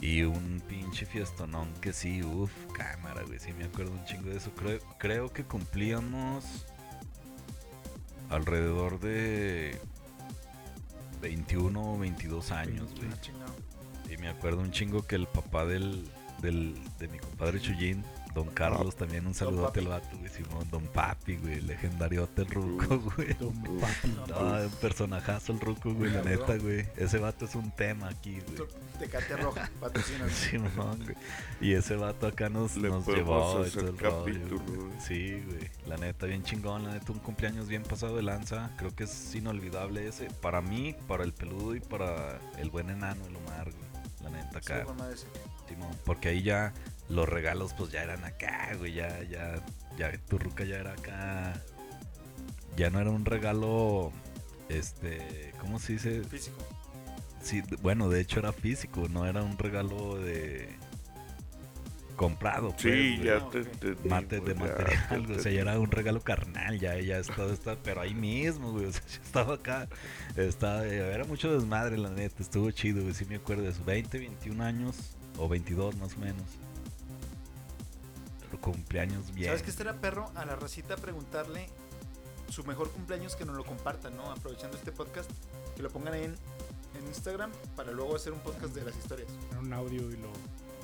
S6: Y un pinche fiestonón que sí, uff, cámara, güey, sí me acuerdo un chingo de eso. Creo, creo que cumplíamos alrededor de 21 o 22 años, güey.
S2: Ah, chingado.
S6: Y me acuerdo un chingo que el papá del, del- de mi compadre Chuyín, Don Carlos, también un saludote al vato, güey, Simón, Don Papi, güey, legendario el ruco, güey. No, un personajazo el ruco, güey, la neta, güey. Ese vato es un tema aquí, güey.
S2: Tecate roja, patrocina.
S6: Simón, güey. Y ese vato acá nos,
S5: Le
S6: nos
S5: podemos
S6: llevó y
S5: hacer
S6: todo el rollo,
S5: capítulo,
S6: güey.
S5: güey.
S6: Sí, güey. La neta, bien chingón. La neta, un cumpleaños bien pasado de lanza. Creo que es inolvidable ese. Para mí, para el peludo y para el buen enano, el Omar, güey. La neta, acá.
S2: Estuvo con madre ese.
S6: Simón, porque ahí ya los regalos pues ya eran acá, güey, ya, ya, ya tu ruca ya era acá. Ya no era un regalo, este, ¿cómo se dice?
S2: Físico.
S6: Sí, d- bueno, de hecho era físico, no era un regalo de comprado. pues,
S5: Sí,
S6: güey.
S5: ya te
S2: ok.
S5: entendí.
S6: Mate
S5: güey,
S2: pues,
S5: ya
S6: de
S5: te
S6: material, güey, o sea, ya
S5: entendí.
S6: era un regalo carnal, ya, ya estaba, estaba- pero ahí mismo, güey, o sea, ya estaba acá, estaba, eh, era mucho desmadre, la neta, estuvo chido, güey, sí me acuerdo de eso, 20, 21 años, o 22 más o menos. Pero cumpleaños bien.
S2: ¿Sabes qué estará perro? A la racita preguntarle su mejor cumpleaños que nos lo compartan, ¿no? Aprovechando este podcast, que lo pongan en, en Instagram para luego hacer un podcast de las historias.
S3: Poner un audio y lo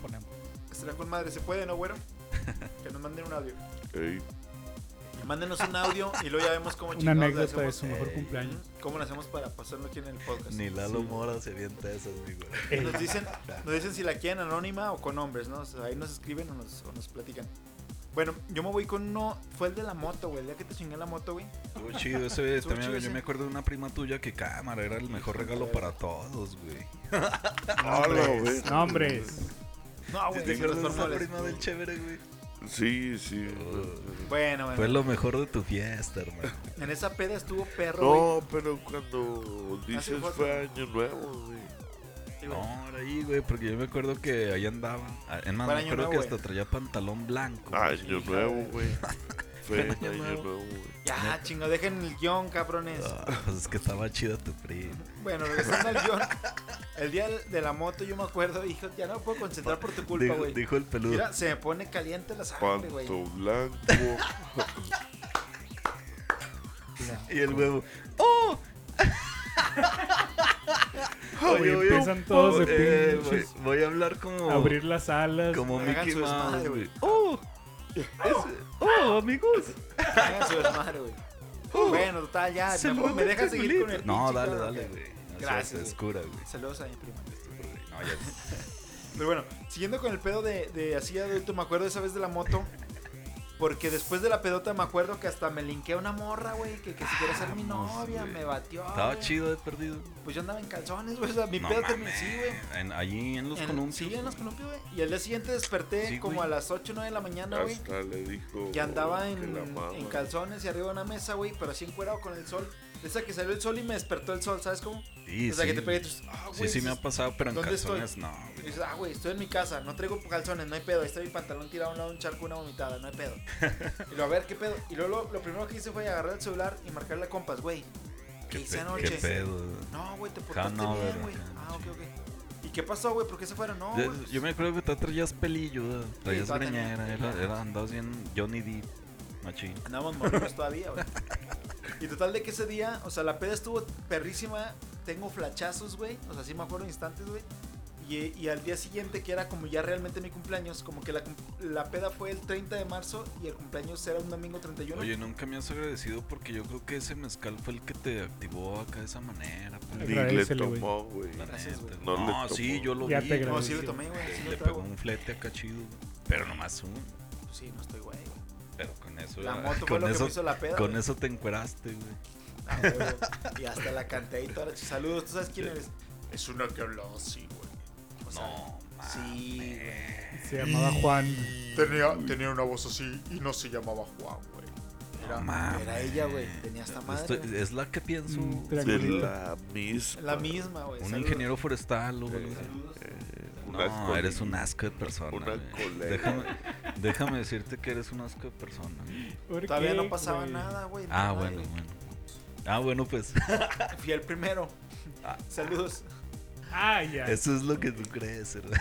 S3: ponemos.
S2: Oh, Estará con madre, ¿se puede, no, güero? Que nos manden un audio.
S5: Ey,
S2: Y mándenos un audio y luego ya vemos cómo
S3: Una
S2: chingados le
S3: anécdota de
S2: hacemos. eh,
S3: su mejor
S6: Ey.
S3: cumpleaños.
S2: Ujú, ¿Cómo lo hacemos para pasarlo aquí en el podcast?
S6: Ni Lalo Mora se avienta esas, mi güey.
S2: Y Nos dicen, nos dicen si la quieren anónima o con nombres, ¿no? O sea, ahí nos escriben o nos, o nos platican. Bueno, yo me voy con uno. Fue el de la moto, güey. El día que te chingué la moto, güey.
S6: Estuvo chido ese, güey.
S2: Estuvo
S6: También
S2: chido
S6: yo
S2: ese.
S6: me acuerdo de una prima tuya que cámara era el mejor regalo para todos, güey.
S5: a la vez.
S4: Nombres.
S2: No,
S6: ¿Sí
S2: Ah, güey.
S6: ¿Te
S2: se los
S6: acuerdas de esa
S2: formales.
S6: prima del chévere, güey?
S5: Sí, sí.
S2: Bueno, bueno.
S6: Fue lo mejor de tu fiesta, hermano.
S2: En esa peda estuvo perro, güey.
S5: No, pero cuando dices
S2: foto.
S5: fue año nuevo, güey.
S2: Sí, güey.
S6: No, era ahí, güey, porque yo me acuerdo que ahí andaba. Ah, Es más,
S2: Para
S6: me
S2: Año
S6: acuerdo que
S2: Nuevo,
S6: hasta traía pantalón blanco.
S5: Año nuevo, güey. Fue
S6: Año
S5: año
S6: nuevo.
S5: nuevo, güey.
S2: Ya, chingo, dejen el guión, cabrones.
S6: Ah, pues es que estaba chida tu prima.
S2: Bueno, regresando al guión. El día de la moto, yo me acuerdo, hijo, ya no me puedo concentrar por tu culpa,
S6: Dijo,
S2: güey.
S6: dijo el peludo.
S2: Mira, se me pone caliente la sangre, güey.
S5: Panto blanco.
S2: Mira.
S6: Y el huevo. ¡Oh!
S3: Oye, empiezan todos de
S6: eh, voy,
S3: pinches.
S6: voy a hablar como.
S3: Abrir las alas.
S6: como
S2: Hagan
S6: Mickey
S2: su
S6: Mouse,
S2: desmadre,
S6: güey.
S2: güey.
S6: ¡Oh! Es- ¡Oh, amigos!
S2: Hagan su desmadre, güey. Bueno, total, ya.
S6: Uh, Se
S2: me-
S6: lo
S2: Ah, me,
S6: mete
S2: dejas seguir
S6: Julito.
S2: con el
S6: No,
S2: pinche
S6: dale,
S2: guión,
S6: dale,
S2: ok.
S6: güey. No seas
S2: Gracias, güey.
S6: Escura, güey.
S2: Saludos a mi prima.
S6: No, ya.
S2: Pero bueno, siguiendo con el pedo de, de así de adulto, me acuerdo esa vez de la moto. Porque después de la pedota me acuerdo que hasta me linqué a una morra, güey, que, que si quiere ser mi
S6: Vamos,
S2: novia,
S6: güey.
S2: me batió.
S6: Estaba
S2: güey.
S6: chido de perdido.
S2: Pues yo andaba en calzones, güey. O sea, mi
S6: No
S2: pedo terminó
S6: mames.
S2: sí, güey.
S6: En- Allí en los
S2: En-
S6: columpios.
S2: Sí, en los columpios, güey. Y al día siguiente desperté
S6: Sí,
S2: como
S6: güey.
S2: a las 8 o 9 de la mañana, güey.
S5: Hasta le dijo.
S2: Y andaba
S5: que
S2: en,
S5: la amaba.
S2: en calzones y arriba de una mesa, güey, pero así encuerado con el sol. De Esa que salió el sol y me despertó el sol, ¿sabes cómo?
S6: Sí,
S2: o sea,
S6: sí.
S2: que te pegué y dices, ah,
S6: Sí,
S2: güey.
S6: sí me ha
S2: dices-
S6: pasado, pero en
S2: ¿Dónde estoy?
S6: calzones no. güey.
S2: dices, ah, güey, estoy en mi casa, no traigo calzones, no hay pedo. Ahí está mi pantalón tirado a un lado, un charco, una vomitada, no hay pedo. Y luego, a ver, ¿qué pedo? Y luego lo, lo primero que hice fue agarrar el celular y marcarle a compas, güey. ¿Qué
S6: ¿Qué,
S2: hice
S6: pe-
S2: anoche?
S6: qué pedo?
S2: No, güey, te portaste
S6: Hanover,
S2: bien, güey.
S6: ajá,
S2: Ah, ok,
S6: sí.
S2: ok. ¿Y qué pasó, güey? ¿Por qué se fueron? No,
S6: Yo,
S2: güey.
S6: yo me acuerdo que tú traías pelillo, ¿verdad? traías
S2: todavía tenía
S6: greñera,
S2: pelillo.
S6: era, era- andabas bien Johnny Depp, machín.
S2: Andábamos morros todavía, güey. Y total de que ese día, o sea, la peda estuvo perrísima. Tengo flachazos, güey. O sea, sí me acuerdo instantes, güey. Y, y al día siguiente, que era como ya realmente mi cumpleaños, como que la, cum- la peda fue el 30 de marzo y el cumpleaños era un domingo 31.
S6: Oye, nunca me has agradecido porque yo creo que ese mezcal fue el que te activó acá de esa manera. pa.
S5: Ni le
S3: Agradécele, güey.
S5: tomó, güey.
S6: La
S2: gracias, güey.
S6: neta.
S5: No le
S6: No,
S5: tomó.
S6: sí, yo lo
S3: Ya
S6: vi.
S3: te
S2: no,
S6: güey.
S2: sí lo tomé, güey. Sí
S6: Le,
S2: lo
S6: le
S2: trago.
S6: pegó un flete acá chido, güey. pero nomás uno.
S2: Pues sí, no estoy güey. güey.
S6: Pero con eso,
S2: La
S6: ah,
S2: moto fue
S6: con
S2: lo que
S6: eso,
S2: me hizo la peda.
S6: con
S2: güey.
S6: eso te encueraste, güey.
S2: Ah, güey, güey. Y hasta la canté y todo. Saludos, ¿tú sabes quién eres? Es una que habló así, güey. O sea,
S6: No, mames.
S2: Sí,
S3: Se llamaba Juan.
S2: Tenía, tenía una voz así y no se llamaba Juan, güey.
S6: No
S2: Era,
S6: mames.
S2: era ella, güey. Tenía esta madre.
S6: Estoy-
S2: güey.
S6: es la que pienso.
S3: Mm,
S5: De
S3: triangulito.
S5: la misma.
S2: La misma, güey.
S6: Un
S2: Pues, saludos.
S6: ingeniero forestal o algo así.
S5: Una
S6: No,
S5: col-
S6: eres Eh, un asco de persona.
S5: una
S6: güey.
S5: colega.
S6: Déjame, déjame decirte que eres un asco de persona. güey.
S3: ¿Por
S2: Todavía
S3: qué,
S2: no pasaba
S3: güey?
S2: nada, güey.
S6: Ah,
S2: nada,
S6: bueno,
S2: güey.
S6: bueno. Ah, bueno, pues.
S2: Fui el primero.
S6: Ah.
S2: Saludos.
S3: Ah, ya.
S6: Eso es lo que tú crees, ¿verdad?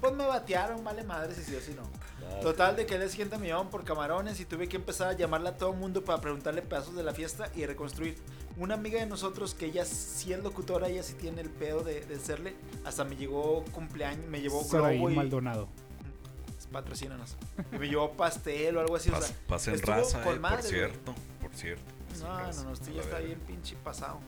S2: Pues me batearon, vale madre si sí o si no.
S6: Ah,
S2: Total, de que al día siguiente me llevaban por camarones y tuve que empezar a llamarle a todo el mundo para preguntarle pedazos de la fiesta y reconstruir. Una amiga de nosotros, que ella sí es locutora, ella sí tiene el pedo de, de serle, hasta me llegó cumpleaños, me llevó
S3: Saraí
S2: globo y,
S3: Maldonado.
S2: patrocínanos. Y me llevó pastel o algo así. O sea,
S6: pasen
S2: estuvo
S6: raza, eh,
S2: con madre,
S6: por
S2: güey.
S6: cierto. Por cierto. pasen
S2: Pues no,
S6: raza,
S2: no, no, usted
S6: a
S2: ya
S6: la
S2: está
S6: verga.
S2: bien pinche pasado.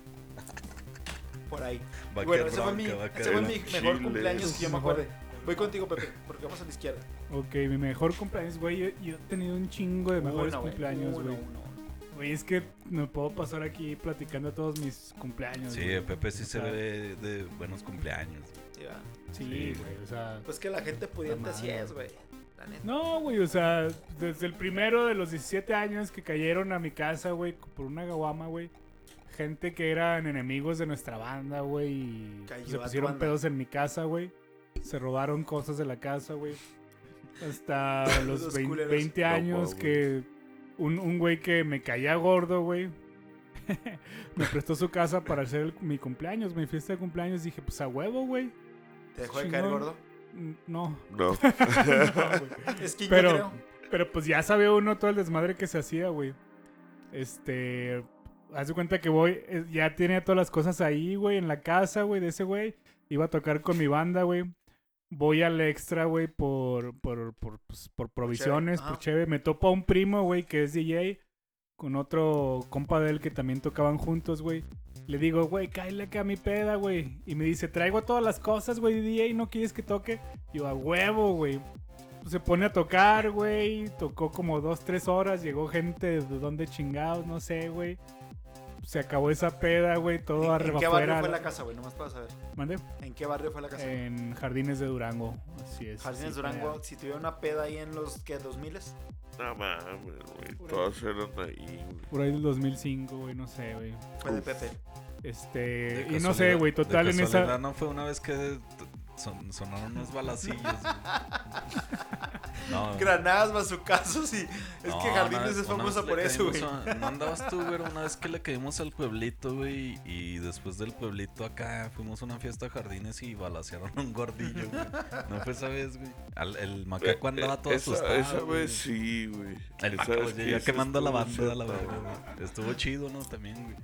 S2: Por ahí.
S6: Va a
S2: Y bueno,
S6: caer
S2: ese fue mi,
S6: bronca, va a
S2: ese fue
S6: caer
S2: mi
S5: bronca.
S2: mejor
S5: Chile.
S2: cumpleaños que yo me
S3: Mejor.
S2: acuerde. Voy contigo, Pepe, porque vamos a la izquierda.
S3: Ok, mi mejor cumpleaños, güey. Yo, yo he tenido un chingo de mejores
S2: Uno, güey,
S3: cumpleaños,
S2: ¿eh? uno,
S3: güey.
S2: uno.
S3: Güey, es que me puedo pasar aquí platicando todos mis cumpleaños.
S6: Sí,
S3: güey.
S6: el Pepe sí
S3: O
S6: se
S3: sea,
S6: ve de buenos cumpleaños.
S2: Sí, va.
S3: Sí, güey, o sea.
S2: Pues que la gente pudiente así
S3: madre.
S2: es, güey. La neta.
S3: No, güey, o sea, desde el primero de los 17 años que cayeron a mi casa, güey, por una gawama, güey. Gente que eran enemigos de nuestra banda, güey. y
S2: Cayó
S3: Se
S2: a tu
S3: pusieron
S2: banda.
S3: pedos en mi casa, güey. Se robaron cosas de la casa, güey. Hasta los
S2: Los
S3: vein-
S2: culeros.
S3: 20
S5: No,
S3: años
S5: wow,
S3: que un, un güey que me caía gordo, güey. me prestó su casa para hacer el- mi cumpleaños, mi fiesta de cumpleaños. Dije, pues a huevo, güey.
S2: ¿Te dejó de caer
S3: Chingón.
S2: gordo?
S3: n- no.
S5: No.
S3: No, güey.
S2: Es que
S3: Pero-
S2: yo creo.
S3: Pero pues ya sabe uno todo el desmadre que se hacía, güey. Este. Haz de cuenta que voy. eh, Ya tenía todas las cosas ahí, güey, en la casa, güey, de ese güey. Iba a tocar con mi banda, güey. Voy al extra, güey, por, por, por, pues, por provisiones, por
S2: ajá.
S3: chévere. Me topo a un primo, güey, que es DJ. Con otro compa de él que también tocaban juntos, güey. Le digo, güey, cállate acá a mi peda, güey. Y me dice, traigo todas las cosas, güey, DJ, ¿no quieres que toque? Y yo, a huevo, güey. Se pone a tocar, güey. Tocó como dos, tres horas. Llegó gente de donde chingados, no sé, güey. Se acabó esa peda, güey. Todo
S2: ¿En, en
S3: arriba
S2: qué barrio
S3: afuera.
S2: fue la casa, güey? Nomás para saber.
S3: ¿Mande?
S2: ¿En qué barrio fue la casa?
S3: En Jardines de Durango. Así es.
S2: Jardines
S3: Eh, sí,
S2: Durango.
S3: allá.
S2: Si tuviera una peda ahí en los que 2000
S5: No mames, güey. Todas eran ahí, güey.
S3: Por ahí del 2005, güey. No sé, güey.
S2: fue de Pepe. Eh,
S6: De
S3: Este. Y no
S6: casualidad-
S3: sé, güey.
S6: de
S3: Total, en
S6: casualidad
S3: esa.
S6: No fue una vez que t- son- sonaron unos balacillos. güey. no,
S2: Granadas, bazucazos y. Es
S6: Ah. no,
S2: que
S6: una
S2: Jardines
S6: vez-
S2: es
S6: una
S2: famosa
S6: vez
S2: por
S6: le
S2: eso, güey.
S6: caímos a- No andabas tú, güey. Una vez que le caímos al pueblito, güey. Y después del pueblito acá fuimos a una fiesta de jardines y balacearon a un gordillo, güey. No fue esa vez, güey. Al- el macaco andaba todo asustado.
S5: Eh, esa, esa
S6: güey.
S5: vez sí, güey.
S6: El
S5: Esa
S6: macaco,
S5: vez
S6: ya,
S5: que
S6: ya
S5: hice
S6: quemando la
S5: estuvo
S6: banda, la
S5: cerca,
S6: verga, güey. Estuvo chido, ¿no? También, güey.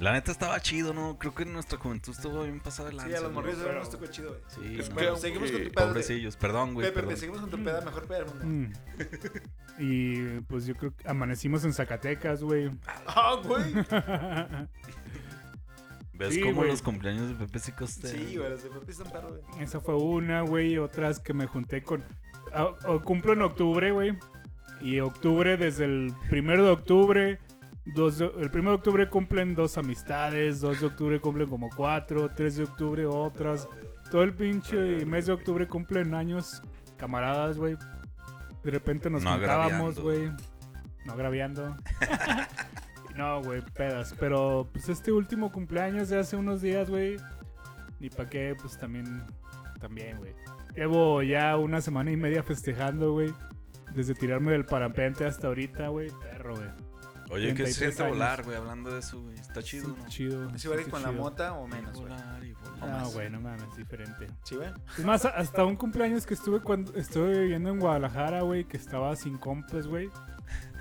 S6: La neta estaba chido, ¿no? Creo que en nuestra juventud estuvo bien pasada de lanza.
S2: Sí, a los
S6: güey.
S2: morrillos no nos tocó chido, güey.
S6: Sí,
S5: Es
S6: no.
S5: que-
S2: Bueno, seguimos con tu
S5: aunque-
S2: peda. de-
S6: Pobrecillos, perdón, eh, güey.
S2: Pepe,
S6: perdón.
S2: Pepe, seguimos con tu peda, mejor peda del mundo.
S3: Mm. Y pues yo creo que amanecimos en Zacatecas, güey.
S2: ¡Ah, güey!
S6: ¿Ves
S3: Sí,
S6: cómo
S3: güey.
S6: los cumpleaños de Pepe sí costean?
S2: Sí, güey, los de Pepe están perro, güey.
S3: Esa fue una, güey. y Otras que me junté con. ah, o- cumplo en octubre, güey. Y octubre, desde el primero de octubre. Dos de- el primero de octubre cumplen dos amistades. 2 de octubre cumplen como cuatro. 3 de octubre otras. Todo el pinche mes de octubre cumplen años camaradas, güey. De repente nos
S6: No
S3: juntábamos,
S6: agraviando.
S3: güey. No agraviando. no, güey, pedas. Pero pues este último cumpleaños de hace unos días, güey. Ni pa' qué, pues también, también, güey. Llevo ya una semana y media festejando, güey. Desde tirarme del parapente hasta ahorita, güey. Perro, güey.
S6: Oye, que se
S3: 33
S6: siente
S3: años.
S6: volar, güey, hablando de eso, güey. Está chido,
S3: Sí,
S6: ¿no?
S3: Chido.
S2: ¿Es
S3: sí,
S2: igual que
S3: está
S2: con la
S3: chido.
S2: mota o menos, güey?
S6: Volar y volar.
S3: No, güey, no mames, diferente.
S2: ¿Sí, güey?
S3: Es más, hasta un cumpleaños que estuve cuando estuve viviendo en Guadalajara, güey, que estaba sin compas, güey.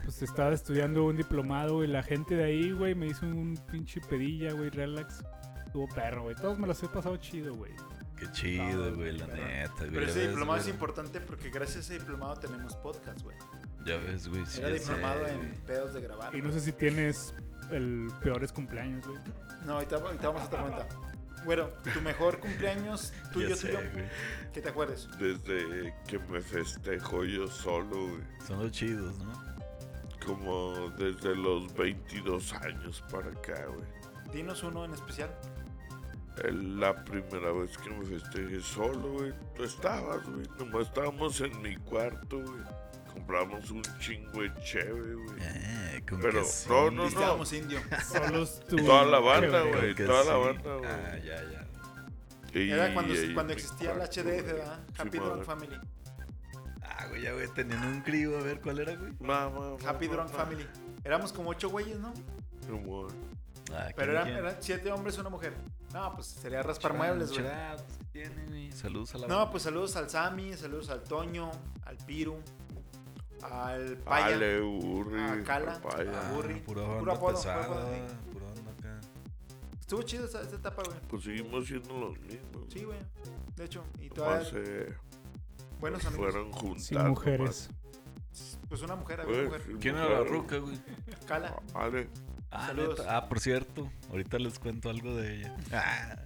S3: Pues estaba estudiando un diplomado, güey. La gente de ahí, güey, me hizo un pinche pedilla, güey, relax. Estuvo perro, güey. Todos me los he pasado chido, güey.
S6: Qué
S3: No,
S6: chido, güey, la
S2: perdón.
S6: neta, güey.
S2: Pero
S6: ya
S2: ese
S6: ves,
S2: diplomado es
S6: güey.
S2: importante porque gracias a ese diplomado tenemos podcast, güey.
S6: Ya ves, güey. Sí,
S2: Era
S6: ya
S2: diplomado
S6: sé,
S2: en
S6: güey.
S2: pedos de grabar.
S3: Y no sé si tienes el peores cumpleaños, güey.
S2: No, ahorita, ahorita vamos a otra cuenta. Bueno, tu mejor cumpleaños tuyo,
S6: Ya sé,
S2: tuyo,
S6: güey.
S2: que te acuerdes.
S5: Desde que me festejo yo solo, güey.
S6: Son los chidos, ¿no?
S5: Como desde los 22 años para acá, güey.
S2: Dinos uno en especial.
S5: Eh, La primera vez que me festejé solo, güey. Tú estabas, güey. Nomás estábamos en mi cuarto, güey. Compramos un chingo de chévere, güey.
S6: Eh, con
S5: Pero,
S6: que sí.
S5: no, no,
S2: Y estábamos Este indio.
S3: Solos tú.
S5: Toda la banda,
S3: Chévere.
S6: Con
S5: güey.
S6: que
S5: Toda la
S6: sí.
S5: banda, güey.
S6: Ah, ya, ya.
S5: Y
S2: Era cuando,
S5: ahí en
S2: cuando
S5: mi
S2: existía el
S5: cuarto,
S2: HDF,
S5: güey.
S2: ¿verdad? Happy
S5: Simón.
S2: Drunk Family.
S6: Ah, güey, ya, güey, teniendo un crío, a ver, ¿cuál era, güey?
S5: Ma, ma, ma,
S2: Happy
S5: ma,
S2: Drunk
S5: ma.
S2: Family. Éramos como ocho güeyes, ¿no?
S5: Simón.
S6: Ah,
S2: Pero
S6: ¿quién,
S2: eran,
S6: quién?
S2: eran siete hombres y una mujer. No, pues sería raspar
S6: Chava,
S2: muebles, güey.
S6: chava, pues, ¿qué tiene, güey? Saludos a la
S2: No,
S6: banda.
S2: pues saludos al Sammy, saludos al Toño, al Piru, al Paya.
S5: Ale, Urri,
S2: Ah, Cala.
S5: papaya.
S6: Ah,
S2: Burri.
S6: puro
S2: Puro
S6: onda
S2: apodo,
S6: pesada,
S2: puro apodo.
S6: puro onda acá.
S2: Estuvo chido esta, esta etapa, güey.
S5: Pues seguimos siendo los mismos.
S2: Sí, güey. De hecho, y todavía
S5: Nomás se
S2: buenos amigos.
S5: Ah, fueron juntas.
S3: Sin mujeres.
S2: Pues una mujer, había una mujer.
S6: ¿Quién era la ruca, güey?
S2: Cala.
S5: Ale.
S6: Ah,
S2: Saludos.
S6: neta. Ah, por cierto, ahorita les cuento algo de ella.
S2: Ah,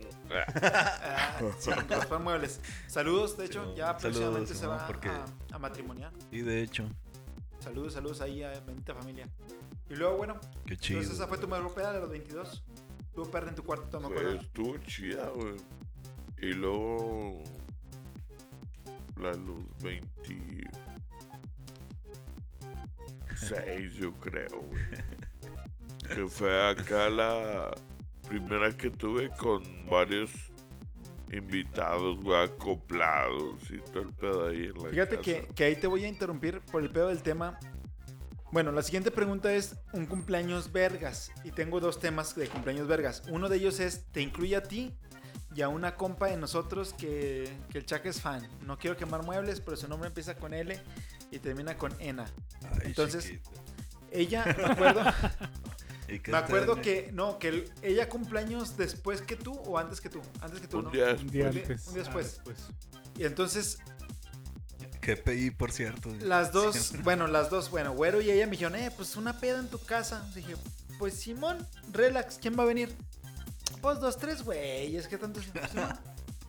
S2: sí, raspar muebles. Saludos, de hecho,
S6: Simón.
S2: ya próximamente
S6: Saludos,
S2: se
S6: Simón,
S2: va
S6: porque-
S2: a, a matrimoniar.
S6: Y de hecho,
S2: Saludos, saludos ahí a bendita familia. Y luego, bueno,
S6: qué chido.
S2: entonces esa fue tu mejor peda de los 22. Tuvo perra en tu cuarto, me
S5: Pues,
S2: acuerdo.
S5: estuvo chida, güey. Y luego. La luz 26, yo creo, güey. Que fue acá la primera que tuve con varios invitados, güey, acoplados y todo el pedo ahí en la
S2: Fíjate
S5: casa.
S2: que, que ahí te voy a interrumpir por el pedo del tema. Bueno, la siguiente pregunta es un cumpleaños vergas. Y tengo dos temas de cumpleaños vergas. Uno de ellos es, ¿te incluye a ti? y a una compa de nosotros que, que el Chaca es fan. No quiero quemar muebles, pero su nombre empieza con L y termina con Ena.
S6: Ay,
S2: Entonces,
S6: chiquito.
S2: Ella, me acuerdo,
S6: ¿Y qué
S2: me acuerdo
S6: tal?
S2: que, no, que el- ella cumpleaños después que tú o antes que tú. Antes que tú,
S5: Un
S2: ¿no?
S5: día
S4: Pues Un día
S2: Un día-
S4: antes.
S2: un día después.
S4: Ah,
S2: Y entonces
S6: ¿Qué pedí, por cierto?
S2: Las dos, bueno, las dos, bueno, güero y ella me dijeron, eh, pues una peda en tu casa. Dije, pues Simón, relax, ¿quién va a venir? Pues dos, tres, güey, es que tanto. Simón.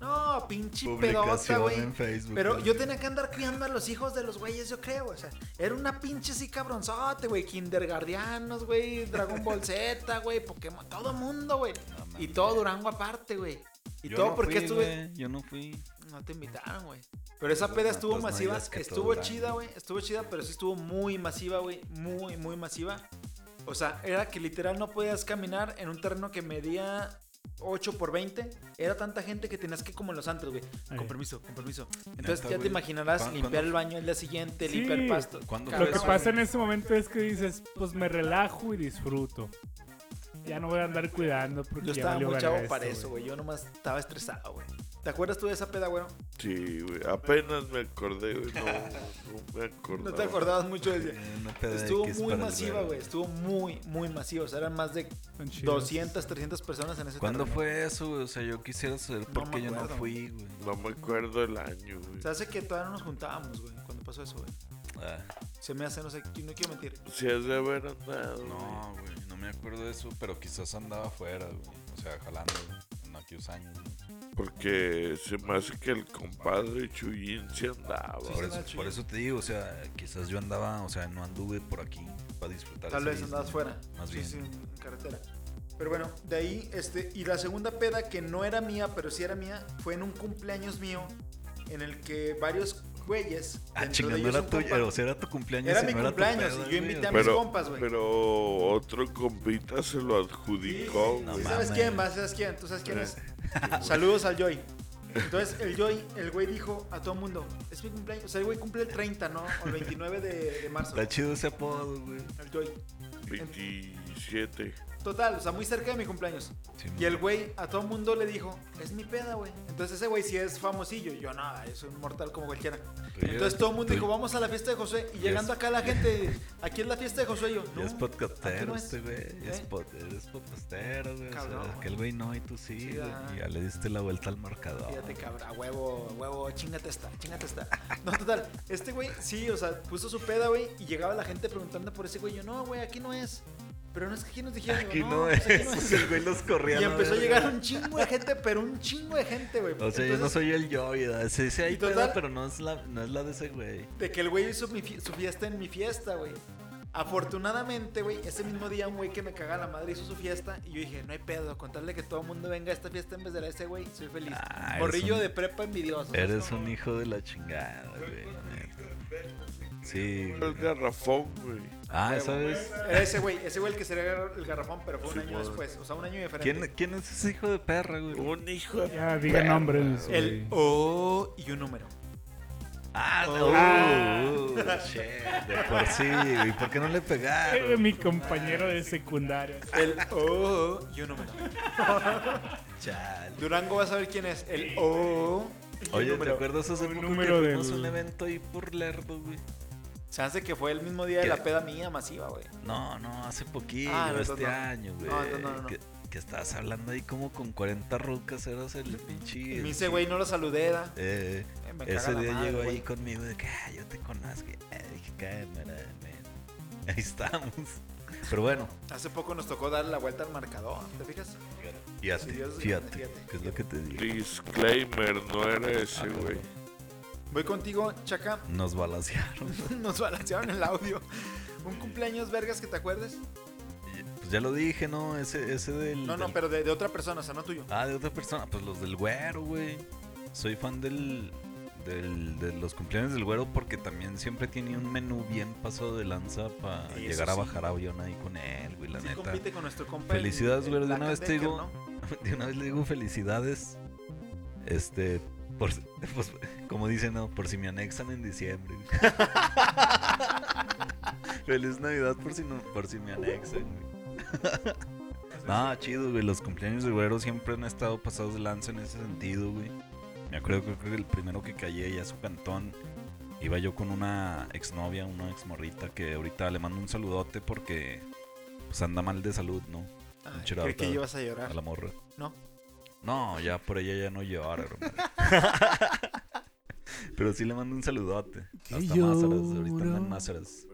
S2: No, pinche pedota,
S6: Publicación
S2: güey.
S6: en Facebook.
S2: Pero
S6: güey.
S2: yo tenía que andar criando a los hijos de los güeyes, yo creo. O sea, era una pinche así cabronzote, güey. Kindergardianos, güey. Dragon Ball Z, güey. Pokémon. Todo mundo, güey.
S6: No mames.
S2: Y todo Durango aparte, güey. Y
S6: Yo
S2: todo
S6: no
S2: porque
S6: fui,
S2: estuve.
S6: güey, Yo no fui.
S2: No te invitaron, güey. Pero esa peda estuvo
S6: Pues no
S2: masiva.
S6: digas que
S2: estuvo
S6: todo daño.
S2: chida, güey. Estuvo chida, pero sí estuvo muy masiva, güey. Muy, muy masiva. O sea, era que literal no podías caminar en un terreno que medía 8 por 20. Era tanta gente que tenías que como en los antros, güey. Con
S4: Ay.
S2: permiso, con permiso. Entonces
S6: Neta,
S2: ya te
S6: güey.
S2: imaginarás
S6: ¿Cuán-
S2: limpiar
S6: cuándo-
S2: el baño el día siguiente,
S4: Sí.
S2: limpiar el pasto.
S6: ¿Cuándo
S2: Cabrón,
S4: Lo que
S6: eso,
S4: pasa en
S2: güey.
S4: ese momento es que dices, pues me relajo y disfruto. Ya no voy a andar cuidando porque ya
S2: Yo estaba
S4: valió
S2: muy
S4: verga
S2: chavo
S4: esto,
S2: para eso, güey. Yo nomás estaba estresado, güey. ¿Te acuerdas tú de esa peda, güey?
S5: Sí, güey. Apenas me acordé, güey. No, no me acordaba.
S2: No te acordabas mucho de ella.
S6: Eh, una peda
S2: Estuvo
S6: X
S2: muy
S6: para el
S2: masiva,
S6: verbo.
S2: güey. Estuvo muy, muy masiva. O sea, eran más de
S4: Están chidos.
S2: 200, 300 personas en ese
S6: ¿Cuándo
S2: terreno.
S6: fue eso? güey? O sea, yo quisiera saber
S2: No
S6: por qué
S2: me
S6: yo no
S2: acuerdo.
S6: fui, güey.
S5: No me acuerdo el año, güey.
S2: Se hace que todavía no nos juntábamos, güey, cuando pasó eso, güey.
S6: Ah,
S2: Se me hace, no sé, no quiero mentir.
S5: Si pues, has de haber andado. güey.
S6: no, güey, no me acuerdo de eso, pero quizás andaba afuera, güey. O sea, jalando, güey, en aquellos años. güey.
S5: Porque se me hace que el compadre Chuyín se andaba.
S2: Sí,
S6: Por,
S2: andaba
S6: eso, por
S2: chido.
S6: eso te digo, o sea, quizás yo andaba, o sea, no anduve por aquí para disfrutar.
S2: Tal
S6: ese
S2: vez
S6: Disney.
S2: andabas fuera.
S6: Más
S2: sí,
S6: bien.
S2: sí, en carretera. Pero bueno, de ahí, este, y la segunda peda que no era mía, pero sí era mía, fue en un cumpleaños mío, en el que varios güeyes.
S6: Ah,
S2: dentro
S6: chingada,
S2: de
S6: no
S2: ellos
S6: era
S2: un
S6: tuyo,
S2: compa-
S6: o sea, era tu cumpleaños.
S2: Era
S6: y
S2: mi
S6: no tu
S2: cumpleaños,
S6: peda,
S2: y yo
S6: güey,
S2: invité a
S6: o
S2: mis
S6: sea,
S5: Pero-
S2: compas, güey.
S5: Pero otro compita se lo adjudicó,
S2: Sí,
S6: No
S2: sí,
S5: güey.
S2: ¿Sabes
S6: mames.
S2: quién más? ¿Sabes quién? ¿Tú sabes quién es? Saludos al Joy. Entonces, el Joy, el güey dijo a todo mundo, es mi cumpleaños. O sea, el güey cumple el 30, ¿no? O el 29 de, de marzo.
S6: Está chido ese apodo, güey.
S2: El Joy.
S5: 27.
S2: Total, o sea, muy cerca de mi cumpleaños.
S6: Sí,
S2: Y el
S6: güey.
S2: güey a todo mundo le dijo, es mi peda, güey. Entonces ese güey sí es famosillo. Y Yo, no, es un mortal como cualquiera.
S6: Tú ya-
S2: Entonces todo el mundo
S6: tú-
S2: dijo, vamos a la fiesta de Josué. Y
S6: Ya
S2: llegando
S6: es-
S2: acá la gente, aquí es la fiesta de Josué. Y Yo,
S6: Ya es
S2: no, aquí
S6: podcastero,
S2: no es.
S6: este güey. Es
S2: ¿Eh?
S6: pod- Eres podcastero, güey. o sea,
S2: Cabrón, güey.
S6: aquel güey no y tú sí,
S2: Sí,
S6: güey,
S2: ajá.
S6: y Ya le diste la vuelta al marcador.
S2: Fíjate, cabra, a huevo, a huevo, chingate esta, chingate esta. No, total, este güey, sí, o sea, puso su peda, güey, y llegaba la gente preguntando por ese güey. Yo, no, güey, aquí no es. Pero no es que aquí nos dijeron.
S6: Aquí
S2: digo,
S6: no,
S2: pues
S6: es.
S2: aquí no es.
S6: El güey los corría.
S2: Y
S6: la
S2: empezó a
S6: verga.
S2: llegar un chingo de gente, pero un chingo de gente, güey.
S6: O sea, yo no
S2: Entonces,
S6: soy el yo, vida. Se dice
S2: Y
S6: ahí,
S2: total-
S6: pedo, pero no es, la, no es la de ese güey.
S2: De que el güey hizo mi fie- su fiesta en mi fiesta, güey. Afortunadamente, güey, ese mismo día un güey que me caga la madre hizo su fiesta y yo dije, no hay pedo, contarle que todo el mundo venga a esta fiesta en vez de la de ese güey, soy feliz.
S6: Ah, eres
S2: Morrillo
S6: un-
S2: de prepa envidioso.
S6: Eres un hijo de la chingada, güey. la neta. Sí.
S5: El
S6: güey.
S5: garrafón, güey.
S6: Ah, ¿sabes?
S2: Era ese güey, ese güey el que sería el garrafón, pero fue un año después, o sea, un año diferente.
S6: ¿Quién, ¿Quién es ese hijo de perra, güey?
S5: Un hijo de...
S4: Ya, diga nombres.
S2: El
S4: güey.
S2: O y un número.
S6: Ah, no.
S4: Ah.
S2: Oh.
S6: uh, shit, de por sí, güey. ¿Por qué no le
S4: Eh,
S6: pegaron?
S4: mi compañero de secundaria.
S2: El O y un número.
S6: Chale.
S2: Durango va a saber quién es. El O y un
S6: Oye, ¿te
S2: número.
S6: acuerdas hace
S4: Un
S6: poco que
S4: número
S6: fuimos a
S4: del-
S6: un evento ahí por Lerdo, güey?
S2: Se hace que fue el mismo día de
S6: ¿Qué?
S2: la peda mía masiva, güey.
S6: No, no, hace poquillo,
S2: Ah, no,
S6: este
S2: no.
S6: año, güey.
S2: No, no, no, no.
S6: Que, que estabas hablando ahí como con 40 rucas, eras el pinche.
S2: Y me
S6: el-
S2: dice, güey, no lo saludé, da.
S6: Eh,
S2: Eh, me caga
S6: ese
S2: la
S6: día
S2: madre,
S6: llegó ahí
S2: güey.
S6: conmigo de que "Ah, yo te conozco. Eh, dije, cámara, man". Ahí estamos. Pero bueno,
S2: Hace poco nos tocó dar la vuelta al marcador, ¿te fijas?
S6: fíjate,
S2: Sí, Dios,
S6: fíjate,
S2: fíjate.
S6: que es lo que te digo.
S5: Disclaimer, no era ese, güey.
S2: Voy contigo, Chaca.
S6: Nos balancearon.
S2: Nos balancearon el audio. Un cumpleaños, vergas, que te acuerdes.
S6: Y, Pues ya lo dije, ¿no? Ese, ese del.
S2: No, no,
S6: del-
S2: pero de, de otra persona, o sea, no tuyo.
S6: Ah, de otra persona. Pues los del güero, güey. Soy fan del, del- de los cumpleaños del güero porque también siempre tiene un menú bien pasado de lanza para
S2: Eso
S6: llegar a
S2: sí.
S6: bajar avión ahí con él, güey, la
S2: Sí,
S6: neta.
S2: compite con nuestro compa. el-
S6: Felicidades,
S2: el
S6: güey, de
S2: Black
S6: una
S2: and
S6: vez te
S2: Decker,
S6: digo.
S2: ¿no?
S6: De una vez le digo felicidades. Este, por, si- pues, como dicen, no, por si me anexan en diciembre. güey. Feliz Navidad por si, no, por si me anexan. güey. No, chido, güey. Los cumpleaños de güero siempre han estado pasados de lanza en ese sentido, güey. Me acuerdo que creo que el primero que caí allá a su cantón iba yo con una exnovia, una exmorrita que ahorita le mando un saludote porque pues anda mal de salud, ¿no?
S2: Ay,
S6: Un churro
S2: Creí que
S6: ahorita
S2: ibas a llorar.
S6: A la morra.
S2: No.
S6: No, ya por ella ya no llora, hermano. Pero sí le mando un saludote. Hasta Mázaras, ahorita andan Mázaras.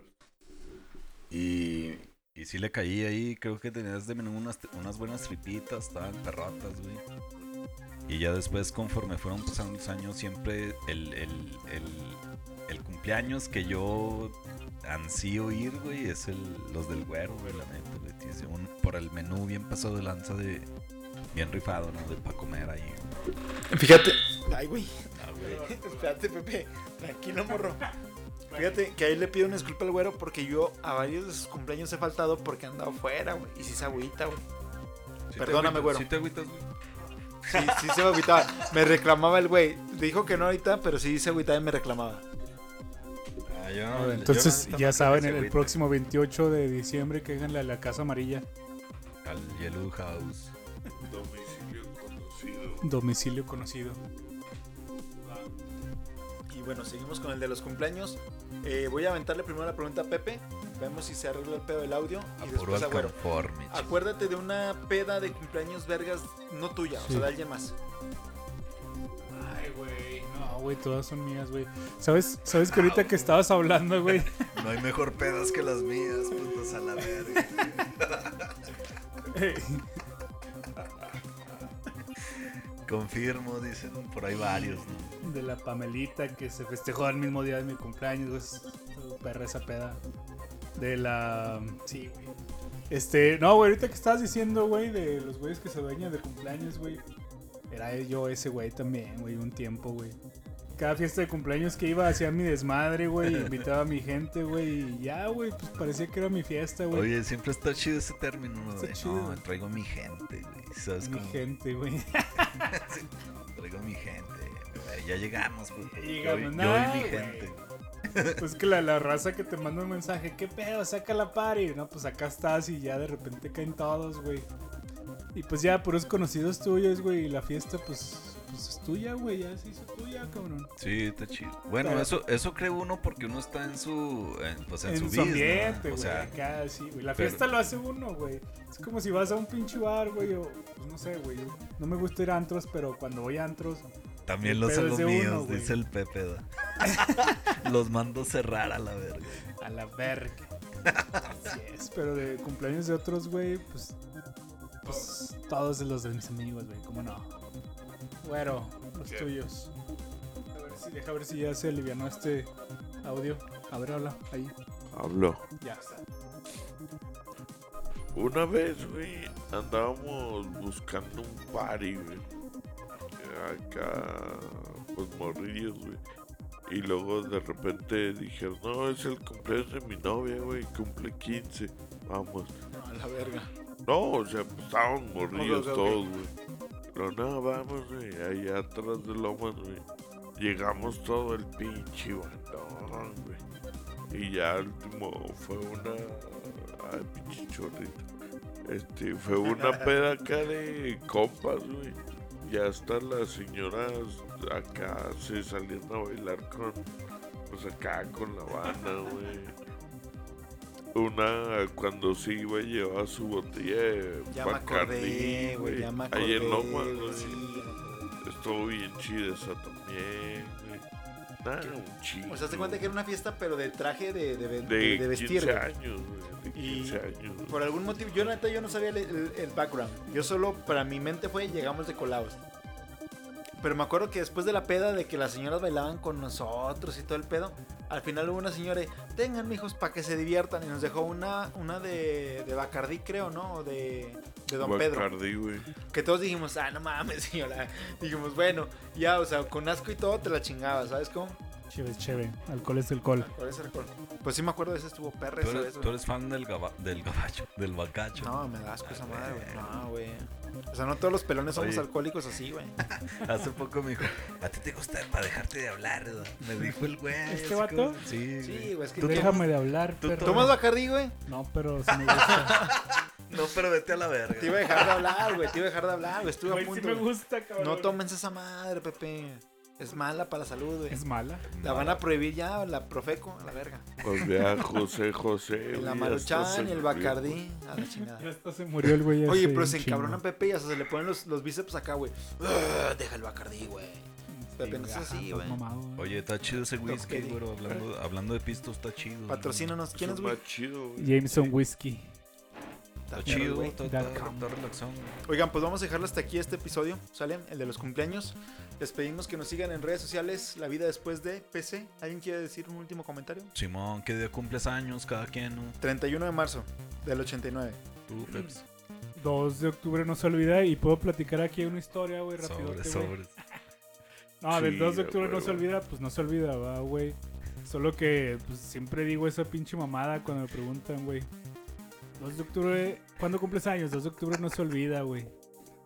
S6: Y, y sí le caí ahí, creo que tenías de menú unas, unas buenas tripitas, estaban perrotas, güey. Y ya después, conforme fueron pasando los años, siempre el, el, el, el cumpleaños que yo ansío ir, güey, es el, los del güero, güey, la neta, güey. Tienes un- por el menú bien pasado de lanza de... Bien rifado, ¿no? De para comer ahí.
S2: Fíjate. Ay, güey. Espérate, Pepe. Tranquilo, morro. Fíjate que ahí le pido una disculpa al güero porque yo a varios de sus cumpleaños he faltado porque he andado fuera, güey. Y sí se agüita, güey.
S6: Sí te
S2: Perdóname,
S6: agüitas-
S2: güero.
S6: sí te agüitas, güey.
S2: Sí, sí se agüitaba. Me reclamaba el güey. Dijo que no ahorita, pero sí se agüitaba y me reclamaba.
S6: Ah, yo no- yo
S3: Entonces,
S6: no- no
S3: ya
S6: creo
S3: saben,
S6: que
S3: el,
S6: se
S3: el
S6: agüite.
S3: próximo 28 de diciembre que hagan la, la Casa Amarilla.
S6: Al Yellow House.
S5: Domicilio conocido.
S3: Domicilio conocido.
S2: Y bueno, seguimos con el de los cumpleaños. Eh, voy a aventarle primero la pregunta a Pepe. Vemos si se arregla el pedo del audio. Y
S6: Apuro
S2: después a
S6: al
S2: Güero.
S6: conforme.
S3: Ah,
S6: chico.
S2: Acuérdate de una peda de cumpleaños vergas, no tuya, o
S3: Sí.
S2: sea, de alguien más.
S3: Ay, güey. No, Ah, güey, todas son mías, güey. ¿Sabes, ¿Sabes que ahorita que estabas hablando, güey?
S6: No hay mejor pedas que las mías, putos a la verga. Confirmo, dicen por ahí varios, ¿no?
S3: de la Pamelita que se festejó al mismo día de mi cumpleaños, güey. es- Perra esa peda. De la. Sí, güey. Este, no, güey, ahorita que estabas diciendo, güey, de los güeyes que se dueñan de cumpleaños, güey. Era yo ese güey también, güey, un tiempo, güey. Cada fiesta de cumpleaños que iba hacía mi desmadre, güey, invitaba a mi gente, güey, y ya, güey, pues parecía que era mi fiesta, güey.
S6: Oye, siempre está chido ese término, ¿no?
S3: Está
S6: de,
S3: chido.
S6: No, traigo mi gente, güey. ¿Sabes
S3: mi
S6: cómo?
S3: gente, güey.
S6: Traigo mi gente. güey, Ya llegamos, güey.
S3: Ya llegamos,
S6: yo, y-
S3: no,
S6: yo y mi
S3: güey.
S6: gente.
S3: Pues que la, la raza que te manda un mensaje, ¿qué pedo? Saca la party. No, pues acá estás y ya de repente caen todos, güey. Y pues ya, puros conocidos tuyos, güey. Y la fiesta, pues, pues es tuya, güey. Ya se hizo tuya, cabrón.
S6: Sí, está chido. Bueno,
S3: Pero-
S6: eso, eso cree uno porque uno está en su. En, pues en,
S3: en
S6: su
S3: su,
S6: business, ¿no?
S3: ambiente,
S6: O
S3: güey.
S6: sea,
S3: acá, sí, güey. La
S6: pero-
S3: fiesta lo hace uno, güey. Es como si vas a un pinche bar, güey. O, pues no sé, güey. yo- No me gusta ir a antros, pero cuando voy a antros,
S6: También
S3: El
S6: los
S3: pedo
S6: hago
S3: es de
S6: míos,
S3: uno, güey.
S6: dice el Pepe. da. los mando cerrar a la verga.
S3: a la verga. Así es, pero de cumpleaños de otros, güey, pues. Pues todos los de mis amigos, güey, ¿cómo no? Bueno, los
S5: Sí.
S3: tuyos. A ver si, deja ver si ya se alivianó este audio. A ver, habla, ahí.
S5: Habló.
S3: Ya está.
S5: Una vez, güey, andábamos buscando un party, güey. Acá, pues morrillos, güey. Y luego de repente dijeron, no, es el cumpleaños de mi novia, güey, cumple 15. Vamos.
S2: No, a la verga.
S5: No, o sea, pues estábamos
S2: Ok, ok,
S5: morrillos
S2: ok.
S5: todos, güey. Pero no, vamos, güey, allá atrás de Lomas, güey. Llegamos todo el pinche bandón, güey. Y ya al último fue una. Ay, pinche chorrito. Este, fue una peda acá de compas, güey. Ya hasta las señoras acá se salían a bailar con. Pues acá con la banda, güey. Una cuando sí iba llevaba su botella de
S2: Ya me acordé,
S5: Bacardí,
S2: güey. Ya me acordé.
S5: Ahí en Lomas,
S2: güey,
S5: güey.
S2: sí.
S5: Estuvo bien chida esa también, güey. Nada, un chido.
S2: O sea, te cuenta que era una fiesta, pero de traje de, de, de-
S5: de,
S2: de- de vestir.
S5: 15
S2: güey.
S5: años, güey. De
S2: Y
S5: 15 años. güey.
S2: Por algún motivo, yo la neta yo no sabía el, el- el background. Yo solo, para mi mente fue, llegamos de colados. Pero me acuerdo que después de la peda, de que las señoras bailaban con nosotros y todo el pedo, al final hubo una señora, de, tengan mijos para que se diviertan, y nos dejó una, una de, de Bacardí, creo, ¿no? O De, de Don Pedro.
S5: Bacardí, güey.
S2: Que todos dijimos, ah, no mames, señora. Dijimos, bueno, ya, o sea, con asco y todo te la chingabas, ¿sabes cómo?
S3: Chévere, chévere. Alcohol es alcohol.
S2: Por ese alcohol. Pues sí me acuerdo de ese estuvo perra
S6: ¿Tú
S2: esa
S6: eres,
S2: vez,
S6: tú
S2: güey.
S6: eres fan del, gaba- del gabacho, del bacacho.
S2: No, me das cosa madre, güey. No, güey. O sea, no todos los pelones somos
S6: Oye.
S2: alcohólicos así, güey.
S6: Hace poco me dijo, ¿a ti te gusta para dejarte de hablar? Edo?" Me dijo el güey.
S3: ¿Este
S6: así
S3: vato?
S6: como- Sí,
S2: Sí,
S6: güey.
S2: güey, es que.
S6: Tú
S2: ¿qué-
S3: Déjame de hablar,
S6: tú
S3: perro.
S2: ¿Tomas Bacardi, güey?
S3: No, pero sí me gusta.
S6: No, pero vete a la verga.
S2: Te iba a dejar de hablar, güey. Te iba a dejar de hablar, güey. Estuve a
S3: Güey, sí
S2: punto.
S3: me
S2: güey.
S3: gusta, cabrón.
S2: no tomes esa madre, Pepe. Es mala para la salud, güey.
S4: Es mala.
S2: La van a prohibir ya, la Profeco, a la verga.
S5: Pues vea, José, José.
S2: El
S5: güey, hasta
S2: Amaruchan
S5: se
S2: y el
S5: murió.
S2: Bacardí, a la
S3: Ya
S2: chingada.
S3: hasta se murió el güey.
S2: Oye,
S3: ese,
S2: pero se
S3: chingo.
S2: encabronan Pepe y hasta se le ponen los, los bíceps acá, güey. Ugh, Deja el Bacardí, güey. Pepe, no seas
S4: Ajá,
S2: así,
S4: estás
S3: pues,
S2: güey.
S4: mamado, güey.
S6: Oye, está chido ese whisky,
S2: pedí.
S6: güey. Hablando, hablando de pistos, está chido. güey.
S2: Patrocínanos. ¿Quién
S5: Eso
S2: es, güey?
S5: más chido, güey.
S3: Jameson Whiskey.
S6: Está
S2: Está
S6: chido,
S2: güey.
S6: está,
S3: Da
S6: está-
S3: cam-
S6: está relaxón. güey.
S2: Oigan, pues vamos a dejarlo hasta aquí este episodio, ¿sale? El de los cumpleaños. Les pedimos que nos sigan en redes sociales, La Vida Después de PC. ¿Alguien quiere decir un último comentario?
S6: Simón, ¿qué día cumples años cada quien? no?
S2: 31 de marzo del 89.
S6: Tú, Peps.
S3: 2 de octubre no se olvida y puedo platicar aquí una historia, güey, rápido.
S6: Sobres, sobres.
S3: No, del
S5: Sí,
S3: 2 de
S5: de
S3: octubre no se
S5: huevo.
S3: olvida, pues no se olvida, va, güey. Solo que pues, siempre digo esa pinche mamada cuando me preguntan, güey. 2 de octubre, ¿cuándo cumples años? 2 de octubre no se olvida, güey.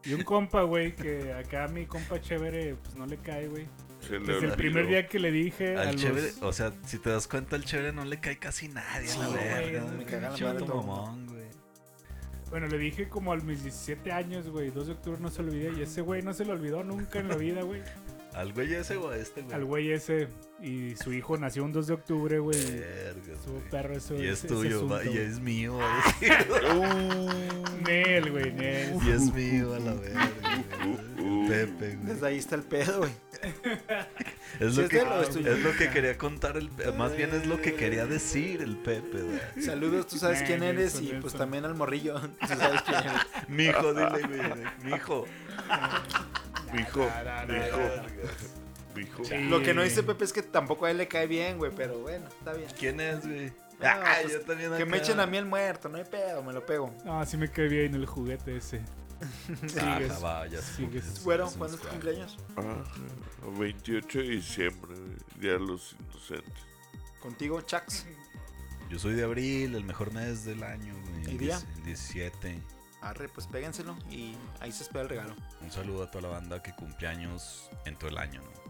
S3: Y un compa, güey, que acá mi compa chévere, pues no le cae, güey.
S5: Se le
S3: Desde el primer
S5: olvidó.
S3: día que le dije a
S6: Al
S3: los...
S6: chévere, oh. o sea, si te das cuenta, al chévere no le cae casi nadie a la
S3: güey,
S6: verga.
S3: me
S6: güey.
S2: caga la
S6: Pinche
S2: madre
S6: vato
S2: todo el
S6: mamón, güey.
S3: Bueno, le dije como a mis 17 años, güey, 2 de octubre no se olvida. Y ese güey no se lo olvidó nunca en la vida, güey.
S6: Al güey ese o a este, güey.
S3: Al güey ese y su hijo nació un 2 de octubre, güey.
S6: Vergas,
S3: Estuvo
S6: güey.
S3: perro eso.
S6: Eh, Y es
S3: ese- ese
S6: tuyo, va,
S3: asunto,
S6: y
S3: güey.
S6: es mío,
S2: Ah.
S6: va a decir.
S5: Uh,
S3: Nel, güey, Nel.
S6: Y es mío, a la verga.
S5: uh,
S6: güey. Pepe, güey.
S2: Desde ahí está el pedo, güey.
S6: Es
S2: Si
S6: lo,
S2: es
S6: que,
S2: de él o es tuyo.
S6: es lo que quería contar, el, más bien es lo que quería decir el Pepe, güey.
S2: Saludos, tú sabes quién
S3: Nelson,
S2: eres y pues
S3: Nelson.
S2: también al morrillo. Tú sabes quién eres.
S6: Mijo, dile, güey. Mijo.
S5: Mijo, mijo.
S3: Sí.
S2: Lo que no dice Pepe es que tampoco a él le cae bien, güey, pero bueno, está bien.
S6: ¿Quién es, güey?
S2: No,
S6: Ah,
S2: pues,
S6: yo también
S2: Que me
S6: acá.
S2: echen a mí el muerto, no hay pedo, me lo pego.
S3: Ah, sí me cae bien el juguete ese.
S6: Ajá,
S3: Sigues.
S6: Ah, va, ya supo que
S3: Sigues.
S6: es-
S2: Bueno,
S6: es un
S2: ¿cuándo es tu
S6: squad.
S2: cumpleaños?
S5: Ah, 28 de diciembre, güey, Día de los Inocentes.
S2: Contigo, Chax.
S6: Yo soy de abril, el mejor mes del año, güey.
S2: ¿Y
S6: El
S2: día?
S6: diez- El 17.
S2: Arre, pues péguenselo y ahí se espera el regalo.
S6: Un saludo a toda la banda que cumpleaños en todo el año, ¿no?